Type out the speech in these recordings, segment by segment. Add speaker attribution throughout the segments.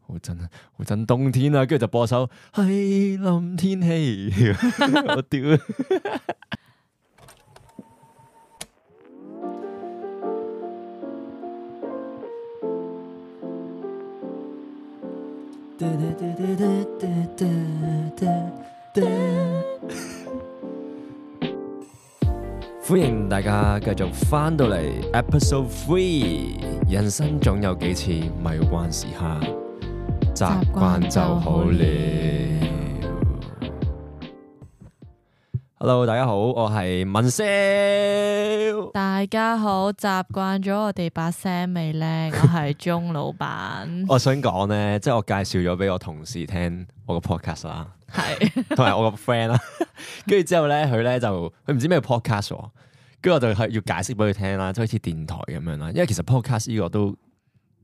Speaker 1: 好憎啊好憎冬天啊，跟住就播首係林天氣，我屌！
Speaker 2: 歡迎大家繼續翻到嚟 Episode Three，人生總有幾次迷幻時刻，習慣就好了。Hello，大家好，我係文 少。
Speaker 3: 大家好，習慣咗我哋把聲 未呢？我係鐘老闆，
Speaker 2: 我想講呢，即係我介紹咗俾我同事聽我個 podcast 啦，
Speaker 3: 係
Speaker 2: 同埋我個 friend 啦，跟住之後呢，佢呢就佢唔知咩 podcast 喎，跟住我就係要解釋俾佢聽啦，即係好似電台咁樣啦，因為其實 podcast 呢個都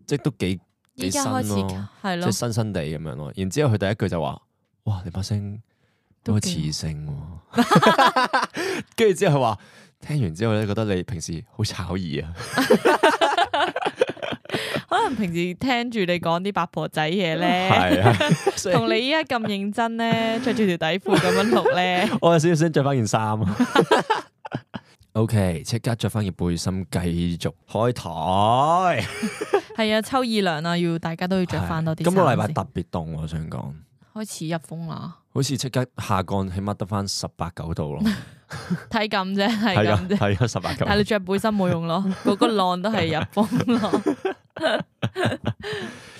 Speaker 2: 即係都幾
Speaker 3: 依
Speaker 2: 幾
Speaker 3: 家
Speaker 2: 新
Speaker 3: 開始
Speaker 2: 咯。
Speaker 3: 係
Speaker 2: 即
Speaker 3: 咯
Speaker 2: 係，新新地咁樣咯。然之後佢第一句就話：哇，你把聲都好
Speaker 3: 都
Speaker 2: 磁
Speaker 3: 幾
Speaker 2: 性喎。 跟住之後佢話：聽完之後咧，覺得你平時好炒 耳啊。
Speaker 3: 可能平時聽住你講啲八婆仔嘢呢，
Speaker 2: 係啊，所以
Speaker 3: 同你依家咁認真 呢，着住條底褲咁樣錄呢，
Speaker 2: 我有少少想着翻件衫啊。OK，即刻着翻件背心，繼續開台。
Speaker 3: 係啊，秋意涼啊，要大家都要着翻多啲
Speaker 2: 係
Speaker 3: 衫
Speaker 2: 今
Speaker 3: 先。
Speaker 2: 個禮拜特別凍喎，我想講，
Speaker 3: 開始入風啦，
Speaker 2: 好似即刻下降，起碼得翻十八九度咯。
Speaker 3: 睇 咁啫， 係
Speaker 2: 係啊，
Speaker 3: 咁啫。
Speaker 2: 係啊，十八九
Speaker 3: 但。係你着背心冇 用咯，嗰個浪都係入風咯。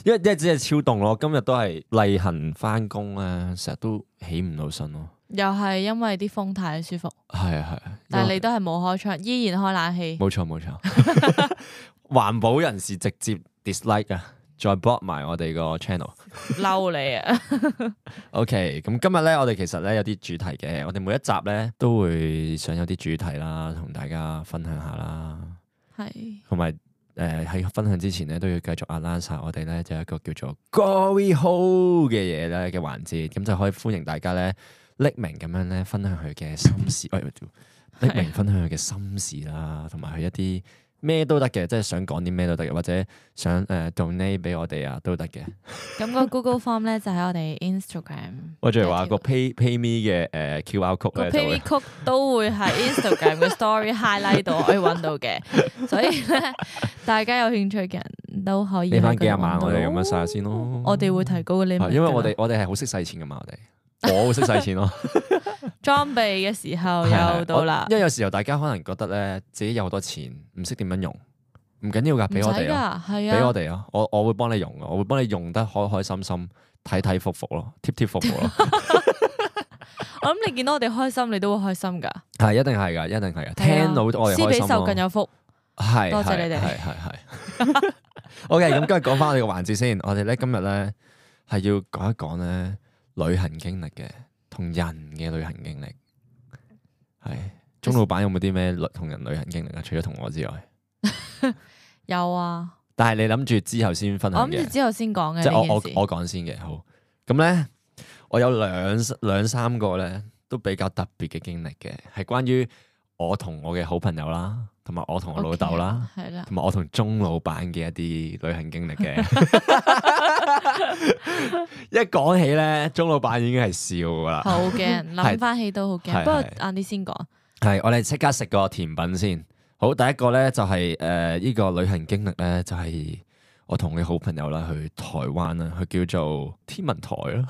Speaker 2: 因為因為只係超凍咯，今日都係例行翻工咧，成日都起唔到身咯。
Speaker 3: 又係因為啲風太舒服，
Speaker 2: 係啊係啊，
Speaker 3: 但
Speaker 2: 因
Speaker 3: 係
Speaker 2: 為
Speaker 3: 你都係冇開窗，依然開冷氣。
Speaker 2: 冇錯冇錯， 環保人士直接 dislike 啊，再 block 埋我哋個 channel。
Speaker 3: 嬲 你啊！
Speaker 2: OK，咁今日咧，我哋其實咧有啲主題嘅，我哋每一集咧都會想有啲主題啦，同大家分享下啦，
Speaker 3: 係
Speaker 2: 同埋。誒喺、分享之前咧，都要繼續 a l a n 我哋咧就有一個叫做 Glory Hole 嘅嘢咧嘅環節，咁就可以歡迎大家咧匿名咁樣咧分享佢嘅心事，喂、匿名分享佢嘅心事啦，同埋佢一啲咩都得嘅，即係想講啲咩都得嘅，或者想誒 donate 俾我哋啊都得嘅。
Speaker 3: 咁個 Google Form 咧就喺我哋 Instagram，
Speaker 2: 我仲係話個 pay pay me 嘅誒、呃 QR code
Speaker 3: 個
Speaker 2: 咧就
Speaker 3: PV
Speaker 2: 會
Speaker 3: 曲都會喺 Instagram 嘅 Story highlight 度可以揾到嘅， 所以咧大家有興趣嘅人都可以
Speaker 2: 俾翻
Speaker 3: 喺嗰
Speaker 2: 幾廿
Speaker 3: 度
Speaker 2: 萬
Speaker 3: 揾到
Speaker 2: 我哋咁樣晒先咯。
Speaker 3: 我哋會提高個 limit，
Speaker 2: 係因為我
Speaker 3: 㗎
Speaker 2: 哋
Speaker 3: 啦
Speaker 2: 我哋係好識使錢噶嘛，我哋我好識使 錢咯。
Speaker 3: 裝備嘅時候
Speaker 2: 係
Speaker 3: 哦
Speaker 2: 啊
Speaker 3: 有到啦
Speaker 2: 我，因為有時候大家可能覺得咧自己有好多錢，唔識點樣用，唔緊要㗎，
Speaker 3: 唔
Speaker 2: 俾
Speaker 3: 使
Speaker 2: 我哋啊，
Speaker 3: 㗎，係
Speaker 2: 俾我
Speaker 3: 啊，
Speaker 2: 哋啊，我我會幫你用啊，我會幫你用得開開心心、睇睇服服咯，貼貼服服咯。
Speaker 3: 我諗你見到我哋開心，你都會開心㗎。
Speaker 2: 係一定係噶，一定係噶，
Speaker 3: 係啊
Speaker 2: 聽到我哋
Speaker 3: 施
Speaker 2: 開
Speaker 3: 比
Speaker 2: 心
Speaker 3: 受更
Speaker 2: 咯。
Speaker 3: 有福，
Speaker 2: 係，
Speaker 3: 多謝你哋
Speaker 2: 係係係。OK，咁 今日講翻我哋個環節先，我哋咧今日咧係要講一講咧旅行經歷嘅，同人嘅旅行經歷。係，鐘老闆有冇啲咩旅同人旅行經歷啊？除咗同我之外，
Speaker 3: 有啊。
Speaker 2: 但係你諗住之後先分
Speaker 3: 我
Speaker 2: 享
Speaker 3: 諗
Speaker 2: 嘅
Speaker 3: 住，之後先講嘅
Speaker 2: 即係我
Speaker 3: 呢
Speaker 2: 我
Speaker 3: 件事。
Speaker 2: 我講先嘅。好，咁咧我有兩兩三個咧都比較特別嘅經歷嘅，係關於我同我嘅好朋友啦，同埋我同我老豆啦。
Speaker 3: 係啦，
Speaker 2: 同埋我同鐘老闆嘅一啲旅行經歷嘅。一講起咧，鐘老闆已經係笑㗎啦。
Speaker 3: 好驚，諗翻起都 好
Speaker 2: 係
Speaker 3: 驚。不過
Speaker 2: 係
Speaker 3: 晏啲先講。
Speaker 2: 係，我哋即刻食個甜品先。好，第一個咧就係誒呢個旅行經歷咧，就係、我同佢好朋友啦，去台灣啦，佢叫做天文台啦，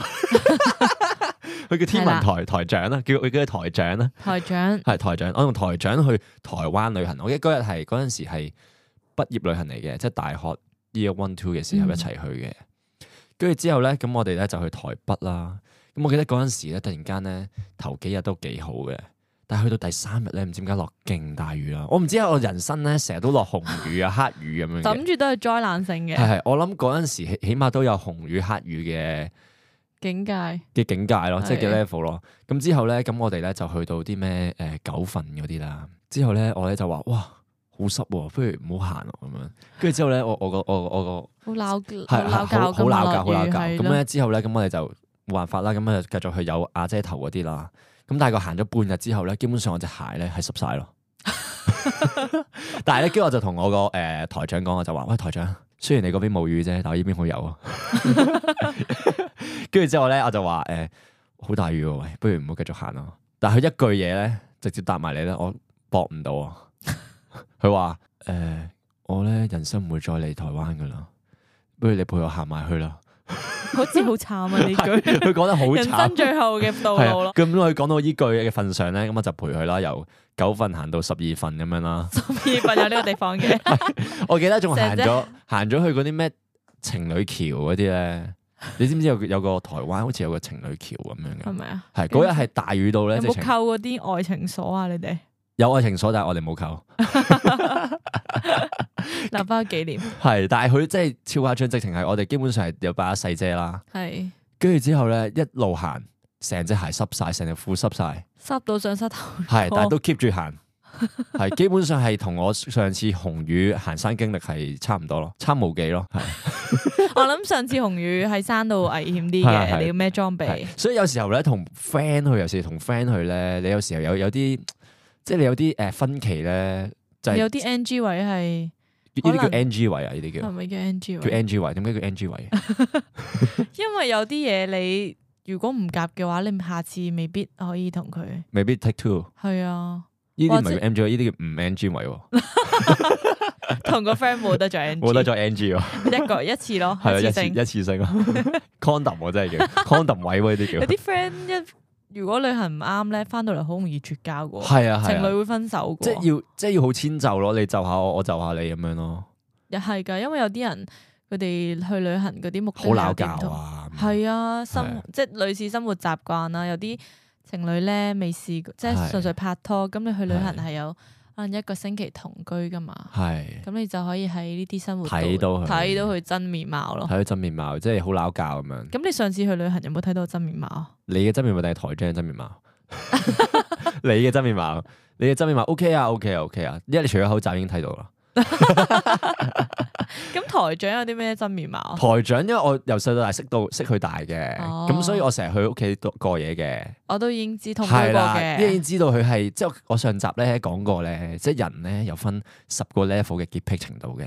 Speaker 2: 佢叫天文台台長啦，叫佢叫佢台長啦。
Speaker 3: 台長
Speaker 2: 係台長，我同台長去台灣旅行。我記得嗰日係嗰陣時係畢業旅行嚟嘅，即係大學 year one two 嘅時候
Speaker 3: 嗯
Speaker 2: 一齊去嘅。跟住之後咧，咁我哋咧就去台北啦。咁我記得嗰陣時咧，突然間咧頭幾日都幾好嘅，但係去到第三日咧，唔知點解落勁大雨啦。我唔知啊係我人生咧成日都落紅雨啊、 黑雨咁樣嘅
Speaker 3: 諗。住都係災難性
Speaker 2: 係
Speaker 3: 嘅
Speaker 2: 係，我諗嗰陣時起起碼都有紅雨、黑雨嘅。
Speaker 3: 境界。
Speaker 2: 嘅境界咯，即係嘅
Speaker 3: 係
Speaker 2: level 咯。咁之後咧，咁我哋咧就去到啲咩誒九份嗰啲啦。之後咧，我咧就話哇，好濕喎，不如唔好行咯咁樣。跟住之後咧，我我個我我
Speaker 3: 好鬧，
Speaker 2: 個
Speaker 3: 好
Speaker 2: 係
Speaker 3: 鬧
Speaker 2: 好好
Speaker 3: 交㗎嘛
Speaker 2: 鬧交，好鬧交。
Speaker 3: 落雨係
Speaker 2: 咁
Speaker 3: 咯
Speaker 2: 咧之後咧，咁我哋就冇辦法啦。咁啊繼續去有瓦遮頭嗰啲啦。咁但係個行咗半日之後咧，基本上我隻鞋咧係濕晒咯。但係咧，跟住我就同我個誒、呃台長講，我就話：喂，台長，雖然你嗰邊冇雨啫，但我呢邊好有 啊。跟住之後咧，我就話：誒、好大雨喎，喂，不如唔好繼續行啦。但係佢一句嘢咧，直接答埋你咧，我駁唔到啊。佢話：誒、我咧人生唔會再嚟台灣噶啦，不如你陪我行埋去啦。
Speaker 3: 好似好慘 啊呢句，
Speaker 2: 佢講得好
Speaker 3: 人
Speaker 2: 慘
Speaker 3: 生。最後嘅道
Speaker 2: 係
Speaker 3: 路
Speaker 2: 啊，
Speaker 3: 咯，
Speaker 2: 咁佢講到依句嘅份上咧，咁我就陪佢啦，由九份行到十二份咁樣啦。
Speaker 3: 十二份有呢個地方嘅，
Speaker 2: 我記得仲行
Speaker 3: 成
Speaker 2: 咗行咗去嗰啲咩情侶橋嗰啲咧，你知唔知有有個台灣好似有個情侶橋咁樣
Speaker 3: 係
Speaker 2: 嘅？
Speaker 3: 咪啊？
Speaker 2: 係嗰日係大雨到咧，
Speaker 3: 有
Speaker 2: 直
Speaker 3: 冇
Speaker 2: 情
Speaker 3: 扣嗰啲愛情鎖啊？你 哋
Speaker 2: 有愛情鎖，但係我哋冇扣。
Speaker 3: 留翻紀念，
Speaker 2: 係，但係佢真係超誇張，直情係我哋基本上係有把細遮啦。
Speaker 3: 係
Speaker 2: 跟住之後咧，一路行，成隻鞋濕晒，成條褲濕晒，
Speaker 3: 濕到上膝頭，
Speaker 2: 係，但係都 keep 住行。係基本上係同我上次紅雨行山經歷係差唔多咯，差無幾 咯，係。
Speaker 3: 我諗上次紅雨喺山度危險啲
Speaker 2: 係係
Speaker 3: 嘅，你要咩裝備
Speaker 2: 係？所以有時候咧，同 friend 去，尤其是同 friend 去咧，你有時候有有啲，即係你有啲誒分歧咧，就係
Speaker 3: 有
Speaker 2: 呢
Speaker 3: 啲 NG 位係
Speaker 2: 啲叫
Speaker 3: 可能哦
Speaker 2: NG 位啊，呢啲
Speaker 3: 係
Speaker 2: 叫
Speaker 3: 咪叫 NG
Speaker 2: 叫
Speaker 3: 位？
Speaker 2: NG 位，點解叫 NG 位？
Speaker 3: 因為有啲嘢你如果唔夾嘅話，你下次未必可以同佢。
Speaker 2: 未必 take two，
Speaker 3: 係啊，
Speaker 2: 呢啲唔
Speaker 3: 或
Speaker 2: 係
Speaker 3: 者
Speaker 2: 叫 NG 位，呢啲叫唔 NG 位喎，
Speaker 3: 同個 friend 冇得做 NG，
Speaker 2: 冇得再 NG 喎，
Speaker 3: 一個一次咯，
Speaker 2: 係啊，
Speaker 3: 一
Speaker 2: 一次
Speaker 3: 次性。
Speaker 2: 一次 性啊 condom 我真係叫 condom 位喎，呢
Speaker 3: 有
Speaker 2: 啲叫
Speaker 3: 啲 friend 一如果旅行唔啱咧，翻到嚟好容易絕交噶，
Speaker 2: 係啊
Speaker 3: 情
Speaker 2: 係啊，
Speaker 3: 侶會分手噶
Speaker 2: 即。係要即係要好遷就咯，你就下我，我就下你咁樣咯，
Speaker 3: 又係㗎，因為有啲人佢哋去旅行嗰啲目的
Speaker 2: 好鬧
Speaker 3: 有啲
Speaker 2: 交
Speaker 3: 唔同，
Speaker 2: 啊，
Speaker 3: 係啊，
Speaker 2: 係
Speaker 3: 生即係類似生活習慣啦。有啲情侶咧未試過，即
Speaker 2: 係
Speaker 3: 係純粹拍拖，咁你去旅行
Speaker 2: 係
Speaker 3: 係有可能一個星期同居噶嘛，
Speaker 2: 係。
Speaker 3: 咁你就可以喺呢啲生活度
Speaker 2: 睇到佢
Speaker 3: 睇到佢真面貌咯。
Speaker 2: 睇佢真面貌，即係好鬧交咁樣。
Speaker 3: 咁你上次去旅行有冇睇到我真面貌啊？
Speaker 2: 你嘅真面貌定係台長嘅真面 貌？你嘅真面貌，你嘅真面貌 OK 啊，OK 啊，OK 啊，因為你除咗口罩已經睇到啦。
Speaker 3: 咁台長有啲咩真面貌啊？
Speaker 2: 台長因為我由細到大識到識佢大嘅，
Speaker 3: 哦
Speaker 2: 咁、所以我成日去佢屋企過夜嘅，
Speaker 3: 我都已經知同居過
Speaker 2: 係啦，已經
Speaker 3: 嘅，
Speaker 2: 知道佢係即係我上集咧講過咧，即係人咧有分十個 level 嘅潔癖程度嘅，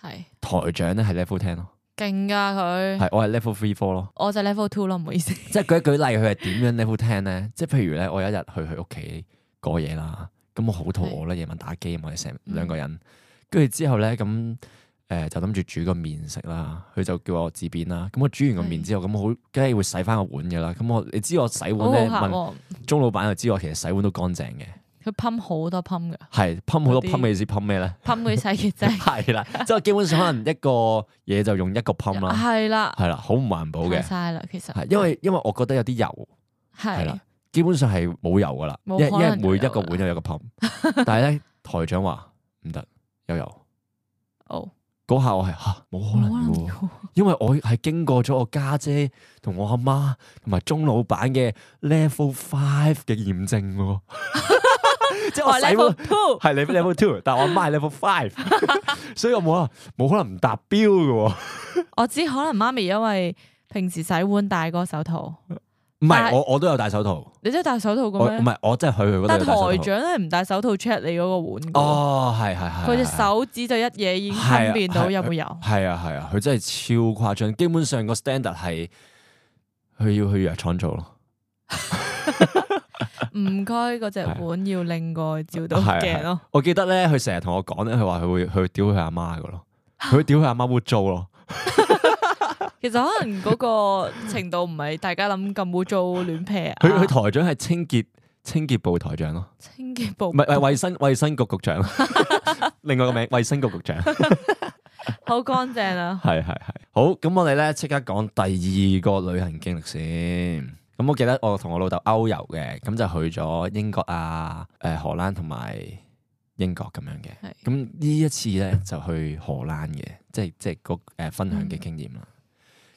Speaker 3: 係
Speaker 2: 台長咧係 level ten 咯，
Speaker 3: 勁㗎佢。
Speaker 2: 係我係 level three four 咯，
Speaker 3: 我就 level two 咯，唔好意思。
Speaker 2: 即係舉舉例佢係點樣 level ten 咧，即係譬如咧我有一日去佢屋企過夜啦，咁我好肚餓啦，夜晚打機啊嘛我哋成
Speaker 3: 嗯
Speaker 2: 兩個人，跟住之後咧咁誒就諗住煮個麵食啦，佢就叫我自便啦，咁我煮完個麵
Speaker 3: 係
Speaker 2: 之後，咁我好梗係會洗翻個碗噶啦，咁我你知我洗
Speaker 3: 好
Speaker 2: 碗
Speaker 3: 好
Speaker 2: 咧
Speaker 3: 客
Speaker 2: 問
Speaker 3: 喎，
Speaker 2: 鐘老闆就知我其實洗碗都乾淨嘅，
Speaker 3: 佢噴好多噴㗎，
Speaker 2: 係噴好多
Speaker 3: 嗰啲
Speaker 2: 噴嘅意思噴咩咧？
Speaker 3: 噴嗰啲洗潔劑。
Speaker 2: 係啦，即係我基本上可能一個嘢就用一個 噴啦，
Speaker 3: 係啦，
Speaker 2: 係啦，好唔環保嘅
Speaker 3: 太，晒啦，其實
Speaker 2: 係因為因為我覺得有啲油。係
Speaker 3: 係
Speaker 2: 啦，基本上係冇油噶啦，因
Speaker 3: 冇
Speaker 2: 為因
Speaker 3: 可能
Speaker 2: 為每一個
Speaker 3: 有
Speaker 2: 碗有一個 pump，但 係咧台長話唔得有油，
Speaker 3: 哦，
Speaker 2: 嗰下我係吓冇可能
Speaker 3: 冇
Speaker 2: 嘅
Speaker 3: 可
Speaker 2: 喎，因為我係經過咗我家姐同我阿媽同埋鐘老闆嘅 level five 嘅驗證 喎，即係
Speaker 3: 我
Speaker 2: 我 洗碗
Speaker 3: 哦 level。two
Speaker 2: 係 level level two，但我阿媽係 level five，所以 我冇可能冇可能唔達標嘅喎。
Speaker 3: 我知可能媽咪因為平時洗碗戴嗰個手套，
Speaker 2: 唔
Speaker 3: 但
Speaker 2: 係
Speaker 3: 係
Speaker 2: 我我都有戴手套，
Speaker 3: 你真係戴手套
Speaker 2: 我
Speaker 3: 嘅
Speaker 2: 唔
Speaker 3: 咩？
Speaker 2: 係我真係去佢嗰度
Speaker 3: 但
Speaker 2: 有戴手套。
Speaker 3: 台長係唔戴手套 check 你嗰個碗㗎喎，
Speaker 2: 哦，係係係，
Speaker 3: 佢隻
Speaker 2: 係係
Speaker 3: 手指就一嘢已經分辨到有冇油。
Speaker 2: 係啊係啊，佢真係超誇張，基本上個 standard 係佢要去藥廠做咯，
Speaker 3: 唔該，嗰隻碗要另外照到
Speaker 2: 啊係啊
Speaker 3: 鏡咯。。
Speaker 2: 我記得咧，佢成日同我講咧，佢話佢會佢會屌佢阿媽噶咯，佢會屌佢阿媽污糟咯，
Speaker 3: 其實可能嗰個程度唔係大家諗咁污糟亂劈啊。
Speaker 2: 佢佢台長係清潔清潔部台長咯，
Speaker 3: 清潔部
Speaker 2: 唔係係衛生衛生局局長， 另外個名衛生局局長，係
Speaker 3: 好乾淨啊！
Speaker 2: 係係。好，咁我哋咧即刻講第二個旅行經歷先。咁我記得我同我老豆歐遊嘅，咁就去咗英國啊、誒、荷蘭同埋英國咁樣嘅。
Speaker 3: 係
Speaker 2: 咁呢一次咧就去荷蘭嘅，即係即係個誒分享嘅經驗啦。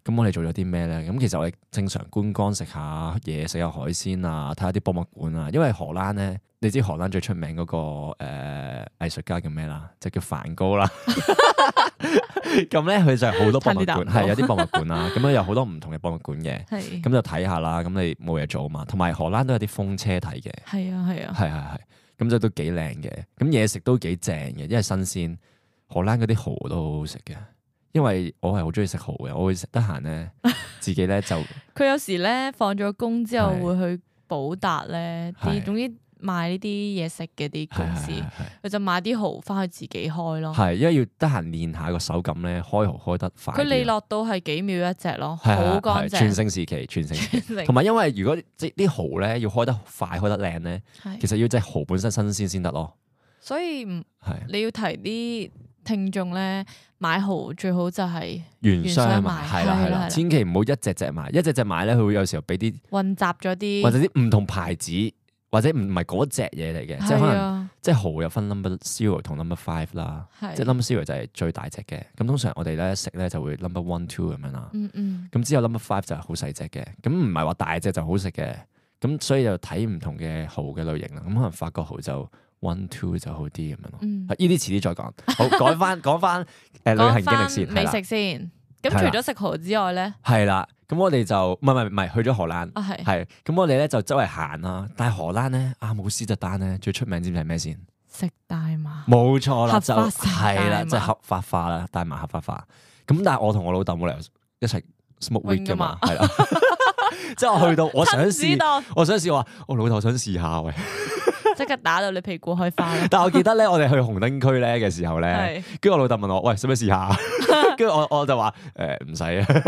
Speaker 2: 咁、我哋做咗啲咩咧？咁其實我哋正常觀光食下嘢，食下海鮮啊，睇下啲博物館啊。因為荷蘭咧，你知荷蘭最出名嗰、個誒、呃、藝術家叫咩啦？就叫梵高 啦。咁咧佢就係好多博物
Speaker 3: 差
Speaker 2: 館，
Speaker 3: 啲答唔到
Speaker 2: 係有啲博物館啦。咁樣有好多唔同嘅博物館嘅，
Speaker 3: 係
Speaker 2: 咁就睇下啦。咁你冇嘢做啊嘛。同埋荷蘭都有啲風車睇嘅，
Speaker 3: 係啊係啊，
Speaker 2: 係係係。咁就都幾靚嘅。咁嘢食都幾正嘅，因為新鮮。荷蘭嗰啲蠔都好好食嘅，因為我係好中意食蠔嘅，我會食得閒 咧，自己咧就
Speaker 3: 佢有時咧放咗工之後
Speaker 2: 係
Speaker 3: 會去寶達咧
Speaker 2: 係
Speaker 3: 啲，總之賣呢啲嘢食嘅啲公司，
Speaker 2: 係
Speaker 3: 佢就買啲蠔翻去自己開咯。
Speaker 2: 係因為要得閒練下個手感咧，開蠔開得快啲。啊
Speaker 3: 佢利落到係幾秒一隻咯，
Speaker 2: 係係
Speaker 3: 好乾
Speaker 2: 係全
Speaker 3: 淨。
Speaker 2: 盛時期，全盛 時期。
Speaker 3: 全
Speaker 2: 同埋因為如果即係啲蠔咧要開得快、開得靚咧，其
Speaker 3: 係
Speaker 2: 實要隻蠔本身新鮮先得咯。
Speaker 3: 所以唔
Speaker 2: 係
Speaker 3: 你要提啲聽眾咧買蠔最好就係
Speaker 2: 原箱
Speaker 3: 箱
Speaker 2: 買，
Speaker 3: 買
Speaker 2: 係啦係
Speaker 3: 係啦係
Speaker 2: 啦，
Speaker 3: 啦
Speaker 2: 千祈唔好一隻隻買，一隻隻買咧，佢會有時候俾啲
Speaker 3: 混雜咗啲，
Speaker 2: 或者啲唔同牌子。或者唔係嗰只嘢嚟嘅，即係可
Speaker 3: 係
Speaker 2: 能
Speaker 3: 啊，
Speaker 2: 即係蠔有分 number zero 同 number five 啦，
Speaker 3: 係
Speaker 2: 即係 number zero 就係最大隻嘅。咁通常我哋咧食咧就會 number one two 咁樣啦。
Speaker 3: 嗯嗯，
Speaker 2: 咁之後 number five 就係好細只嘅，咁唔係話大隻就好食嘅，咁所以就睇唔同嘅蠔嘅類型啦。咁可能法國蠔就 one two 就好啲咁樣咯。啊
Speaker 3: 嗯
Speaker 2: 呢啲遲啲再講。好， 講翻講翻誒旅行經歷先，
Speaker 3: 講返
Speaker 2: 係
Speaker 3: 美
Speaker 2: 啦
Speaker 3: 食先。咁
Speaker 2: 係啦
Speaker 3: 除咗食蠔之外咧，
Speaker 2: 係啦。咁我哋就唔係唔係唔係去咗荷蘭，
Speaker 3: 啊係
Speaker 2: 係咁我哋咧就周圍行啦。但係荷蘭咧，阿姆斯特丹咧最出名知唔知係咩先？
Speaker 3: 食大麻，
Speaker 2: 冇錯啦，
Speaker 3: 合
Speaker 2: 就
Speaker 3: 法性
Speaker 2: 係啦，
Speaker 3: 大麻
Speaker 2: 即係合法化啦，大麻合法化。咁但係我同我老豆冇理由一齊 smoke weed 噶嘛，係啦。 即係我去到，我想
Speaker 3: 吞屎
Speaker 2: 試，
Speaker 3: 檔
Speaker 2: 我想試話，我老豆想試下喂。！
Speaker 3: 即刻打到你屁股開花啦
Speaker 2: 但係我記得咧，我哋去紅燈區咧嘅時候咧，
Speaker 3: 係，
Speaker 2: 跟住我老豆問我，喂，使唔使試 下？跟住我我就話誒唔使啊，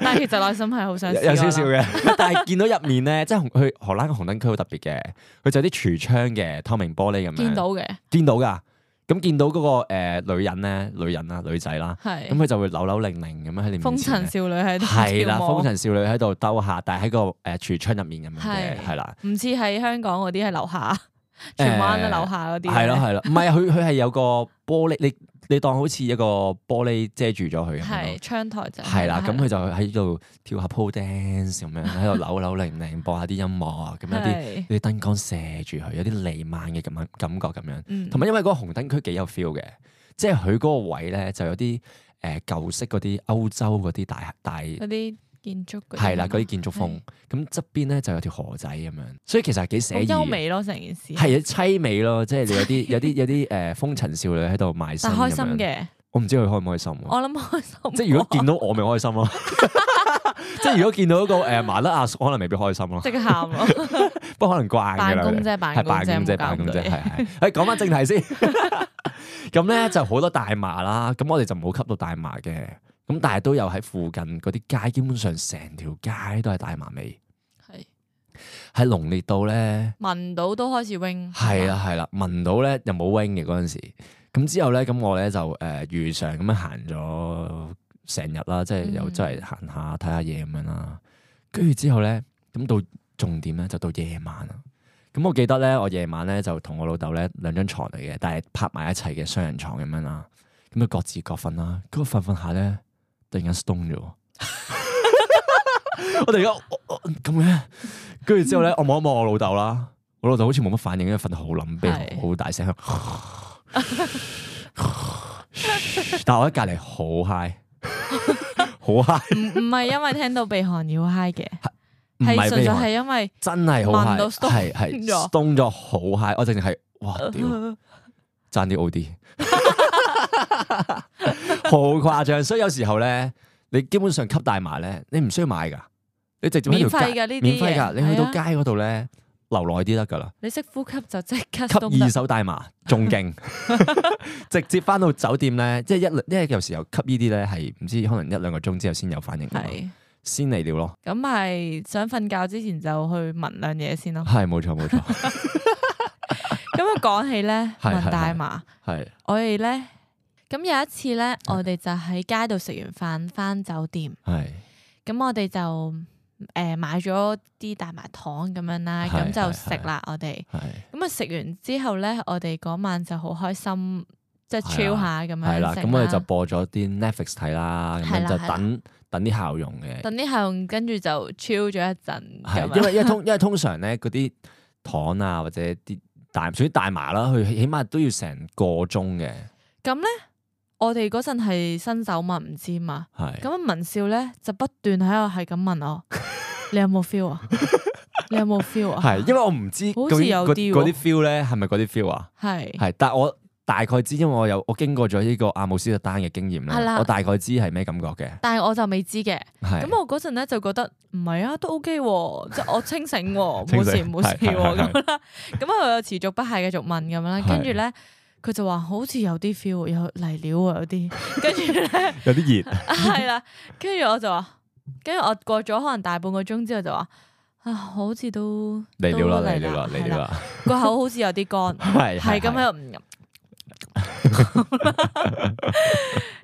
Speaker 3: 但係其實內心係好想試
Speaker 2: 有少
Speaker 3: 㗎
Speaker 2: 少
Speaker 3: 啦
Speaker 2: 嘅。但係見到入面咧，即係紅去荷蘭嘅紅燈區好特別嘅，佢就有啲櫥窗嘅透明玻璃咁樣，
Speaker 3: 見到嘅
Speaker 2: 見到㗎。咁見到嗰個呃女人咧，女人啊啦，女仔啦。咁
Speaker 3: 係
Speaker 2: 佢就會扭扭擰擰咁樣喺你面
Speaker 3: 風
Speaker 2: 前
Speaker 3: 塵
Speaker 2: 呢。
Speaker 3: 少女喺度
Speaker 2: 係啦，
Speaker 3: 跳舞
Speaker 2: 風塵少女喺度兜下，但係喺個誒櫥窗入面咁樣嘅，
Speaker 3: 係
Speaker 2: 係啦，
Speaker 3: 唔似喺香港嗰啲喺樓下，荃灣
Speaker 2: 誒
Speaker 3: 都樓下嗰啲。啊
Speaker 2: 係咯，係咯，唔係佢佢係有個玻璃，你你當好似一個玻璃遮住咗佢咁樣
Speaker 3: 係
Speaker 2: 咯。
Speaker 3: 窗台就
Speaker 2: 係啦，咁佢就喺度跳下 pole dance 咁樣，喺度扭扭擰擰，播下啲音樂，啊咁有啲
Speaker 3: 係
Speaker 2: 有啲燈光射住佢，有啲瀰漫嘅咁樣感覺咁樣。
Speaker 3: 嗯
Speaker 2: 同埋因為嗰個紅燈區幾有 feel 嘅，即係佢嗰個位咧就有啲誒舊式嗰啲歐洲嗰啲大大
Speaker 3: 嗰啲建築嗰
Speaker 2: 係啦，
Speaker 3: 啊
Speaker 2: 嗰啲建築風，咁側邊咧就有條河仔咁樣，所以其實係幾
Speaker 3: 好
Speaker 2: 寫意
Speaker 3: 優
Speaker 2: 嘅，
Speaker 3: 美咯，成件事
Speaker 2: 係有啲凄美咯，即係你有 啲有啲有啲誒風塵少女喺度賣身
Speaker 3: 但
Speaker 2: 咁
Speaker 3: 開心
Speaker 2: 樣，
Speaker 3: 嘅，哦
Speaker 2: 我唔知佢開唔開心喎，
Speaker 3: 我諗開心過。
Speaker 2: 即係如果見到我咪開心
Speaker 3: 哦
Speaker 2: 咯， 即係如果見到一個誒麻甩阿叔可能未必開心咯，
Speaker 3: 即刻喊咯，
Speaker 2: 不過可能慣㗎
Speaker 3: 辦
Speaker 2: 啦
Speaker 3: 公
Speaker 2: 佢哋。
Speaker 3: 啫，
Speaker 2: 係
Speaker 3: 辦公
Speaker 2: 辦公
Speaker 3: 啫，
Speaker 2: 啫，
Speaker 3: 冇搞
Speaker 2: 辦公
Speaker 3: 咁
Speaker 2: 啫，
Speaker 3: 多嘢
Speaker 2: 係係。誒，講翻正題先， 咁咧就好多大麻啦，咁我哋就冇吸到大麻嘅，咁但係都有喺附近嗰啲街，基本上成條街都係大麻味，
Speaker 3: 係
Speaker 2: 係濃烈到咧，
Speaker 3: 聞到都開始 wing。
Speaker 2: 係啊啦係啦，聞到咧又冇 wing 嘅嗰陣時，咁之後咧咁我咧就誒、呃、如常咁樣行咗成日啦，即係又
Speaker 3: 嗯
Speaker 2: 周圍行下睇下嘢咁樣啦，跟住之後咧咁到重點咧就到夜晚啦。咁我記得咧，我夜晚咧就同我老豆咧兩張床嚟嘅，但係拍埋一齊嘅雙人床咁樣啦，咁就各自各瞓啦。咁瞓瞓下咧，突然間 stone 咗 喎。我突然間我我咁嘅，跟住之後咧，我望一望我老豆啦，我老豆好似冇乜反應，因為瞓得好冧
Speaker 3: 係
Speaker 2: 鼻，好大聲，但我喺隔離好 high，好 high，
Speaker 3: 唔唔係因為聽到鼻鼾要 high 嘅，
Speaker 2: 唔
Speaker 3: 係
Speaker 2: 係鼻
Speaker 3: 純粹
Speaker 2: 鼾
Speaker 3: 係因為
Speaker 2: 真係好
Speaker 3: 聞
Speaker 2: high，
Speaker 3: 到 stone
Speaker 2: 係係
Speaker 3: 咗
Speaker 2: stone 咗好 high，我淨係哇屌！
Speaker 3: 呃
Speaker 2: 爭啲 O D，好誇張。所以有時候咧，你基本上吸大麻咧，你唔需要買噶，你直接喺條街
Speaker 3: 免費㗎呢啲嘢
Speaker 2: 免費㗎。你去到
Speaker 3: 係啊
Speaker 2: 街嗰度咧，留耐啲得㗎啦，
Speaker 3: 你識呼吸就即刻鬆
Speaker 2: 吸
Speaker 3: 啊得
Speaker 2: 二手大麻仲 勁，直接翻到酒店咧，即係一因為有時候吸呢啲咧係唔知可能一兩個鐘之後先有反應㗎嘛，
Speaker 3: 係。
Speaker 2: 先嚟料咯。
Speaker 3: 咁係想瞓覺之前就去聞兩嘢 先咯。
Speaker 2: 係冇錯冇錯，
Speaker 3: 咁啊講起咧
Speaker 2: 係係
Speaker 3: 聞大麻，
Speaker 2: 係
Speaker 3: 我哋咧咁有一次咧，我哋就喺街度食完飯翻酒店，
Speaker 2: 係
Speaker 3: 咁我哋就誒、呃、買咗啲大麻糖咁樣啦，
Speaker 2: 係
Speaker 3: 咁就
Speaker 2: 係
Speaker 3: 食啦我哋。
Speaker 2: 係
Speaker 3: 咁啊食完之後咧，我哋嗰晚就好開心，即係
Speaker 2: 係啊
Speaker 3: chill 下咁
Speaker 2: 係啦。
Speaker 3: 樣食
Speaker 2: 咁我哋就播咗啲 Netflix 睇啦，咁
Speaker 3: 係啦
Speaker 2: 樣就
Speaker 3: 係啦
Speaker 2: 等等啲效用嘅。
Speaker 3: 等啲喉嚨跟住就 chill 咗一陣咁
Speaker 2: 係，因
Speaker 3: 樣。
Speaker 2: 為因為通因為通常咧嗰啲糖啊或者啲大，總之大麻啦，佢起碼都要成個鐘嘅，
Speaker 3: 咁咧，我哋嗰陣係新手嘛，唔知嘛。
Speaker 2: 係
Speaker 3: 咁文少咧就不斷喺度係咁問我：你有冇 feel 啊？你有冇 feel 啊？
Speaker 2: 係因為我唔知
Speaker 3: 好
Speaker 2: 究
Speaker 3: 似
Speaker 2: 竟
Speaker 3: 有
Speaker 2: 嗰
Speaker 3: 啲
Speaker 2: 嗰
Speaker 3: 喎
Speaker 2: 啲 feel 咧係咪嗰啲 feel 啊？
Speaker 3: 係
Speaker 2: 係，但我大概知，因為我有我經過咗呢個阿姆斯特丹嘅經驗
Speaker 3: 係
Speaker 2: 咧，
Speaker 3: 啦
Speaker 2: 我大概知係咩感覺嘅。
Speaker 3: 但係我就未知嘅。
Speaker 2: 係
Speaker 3: 咁我嗰陣咧就覺得唔係啊，都 OK 喎，即係我清醒喎，
Speaker 2: 清醒
Speaker 3: 冇事冇事
Speaker 2: 係
Speaker 3: 喎
Speaker 2: 係係
Speaker 3: 咁啦。咁啊，佢又持續不懈繼續問咁樣啦，
Speaker 2: 係
Speaker 3: 跟住咧佢就話好似有啲 feel，有嚟料啊，有啲，跟住 咧
Speaker 2: 有啲 熱，
Speaker 3: 係啦，跟住我就話，跟住我過咗可能大半個鐘之後就話啊，好似都
Speaker 2: 嚟料
Speaker 3: 都
Speaker 2: 啦，嚟料啦，嚟
Speaker 3: 係
Speaker 2: 料啦，
Speaker 3: 個口好似有啲乾。
Speaker 2: 係
Speaker 3: 係咁，樣嗯唔入。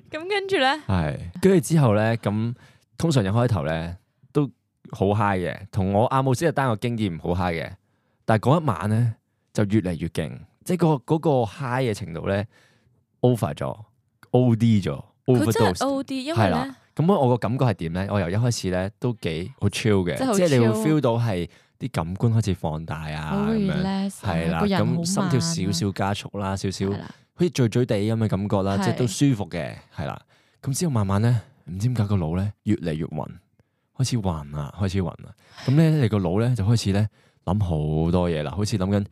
Speaker 3: 咁跟住咧，
Speaker 2: 係跟住之後咧，咁通常一開頭咧都好 high 嘅，同我阿姆斯特丹嘅經驗好 high 嘅，但係嗰一晚咧就越嚟越勁，即係嗰嗰個 high 嘅程度咧 over 咗，OD 咗
Speaker 3: 佢
Speaker 2: ，overdose
Speaker 3: 真係。O D，因為
Speaker 2: 係啦
Speaker 3: 咧
Speaker 2: 咁我個感覺係點咧？我由一開始咧都幾好 chill 嘅
Speaker 3: 即係，好
Speaker 2: 即係你會
Speaker 3: chill
Speaker 2: feel 到係啲感官開始放大
Speaker 3: 好
Speaker 2: 啊，咁樣
Speaker 3: relax，啊
Speaker 2: 係啦，
Speaker 3: 個人好
Speaker 2: 咁心跳少
Speaker 3: 慢啊
Speaker 2: 少加速啦，少少
Speaker 3: 係啦
Speaker 2: 好似醉醉地咁嘅感覺啦，
Speaker 3: 係
Speaker 2: 即係都舒服嘅，係啦。咁之後慢慢咧，唔知點解個腦咧越嚟越暈，開始暈啦，開始暈啦。咁咧你個腦咧就開始咧諗好多嘢啦，好似諗緊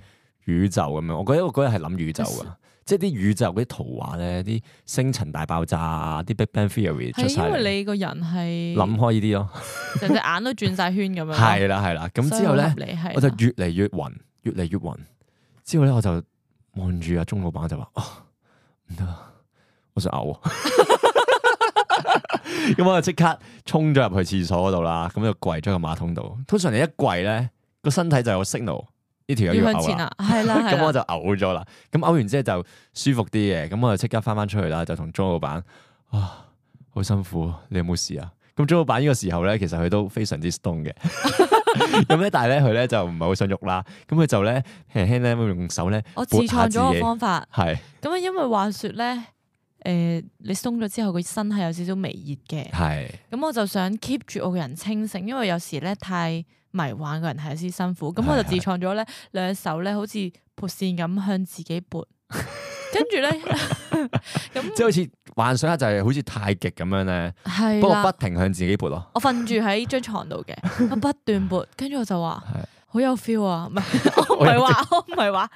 Speaker 2: 宇宙咁樣。我覺得我嗰日係諗宇宙噶，即係啲宇宙嗰啲圖畫咧，啲星塵大爆炸啊，啲 Big Bang Theory 出
Speaker 3: 係
Speaker 2: 晒
Speaker 3: 因
Speaker 2: 嚟。
Speaker 3: 為你個啊人係
Speaker 2: 諗開呢啲咯，
Speaker 3: 成隻眼都轉晒圈咁樣。
Speaker 2: 係啦係啦，咁之後咧，
Speaker 3: 咧
Speaker 2: 我就越嚟越暈，越嚟越暈。之後咧，我就望住阿鐘老闆就話：哦， 唔得啦，我想嘔啊。 咁我就即刻衝咗入去廁所嗰度啦，咁就跪咗個馬桶度。通常你一跪咧，個身體就有 signal，呢條友
Speaker 3: 要
Speaker 2: 要
Speaker 3: 向
Speaker 2: 嘔啊
Speaker 3: 前啊
Speaker 2: 啦。
Speaker 3: 啦，係啦係
Speaker 2: 咁我
Speaker 3: 啦。
Speaker 2: 就嘔咗啦。咁嘔完之後就舒服啲嘅，咁我就即刻翻翻出去啦，就同鐘老闆啊，好辛苦，你有冇事啊？咁鐘老闆呢個時候咧，其實佢都非常之 stone 嘅。咁咧，但係咧佢咧就唔係好想喐啦。咁佢就咧輕輕咧用手咧
Speaker 3: 我自
Speaker 2: 撥下
Speaker 3: 創
Speaker 2: 自
Speaker 3: 咗個
Speaker 2: 己，
Speaker 3: 方法，
Speaker 2: 係
Speaker 3: 咁啊，因為話說咧，誒，你鬆咗之後，個身係有少少微熱 嘅。
Speaker 2: 係
Speaker 3: 咁我就想 keep 住我個人清醒，因為有時咧太迷幻個人係有啲辛苦。咁我就自創咗咧兩隻手咧，好似撥線咁向自己撥，跟住 咧
Speaker 2: 即係好似幻想下就係好似太極咁樣咧，
Speaker 3: 係
Speaker 2: 不過
Speaker 3: 啦。
Speaker 2: 不停向自己撥咯。
Speaker 3: 我瞓住喺張床 度嘅，我不斷撥，跟住我就話
Speaker 2: 係
Speaker 3: 好有 feel 啊！唔 係，我唔係話，我唔係話，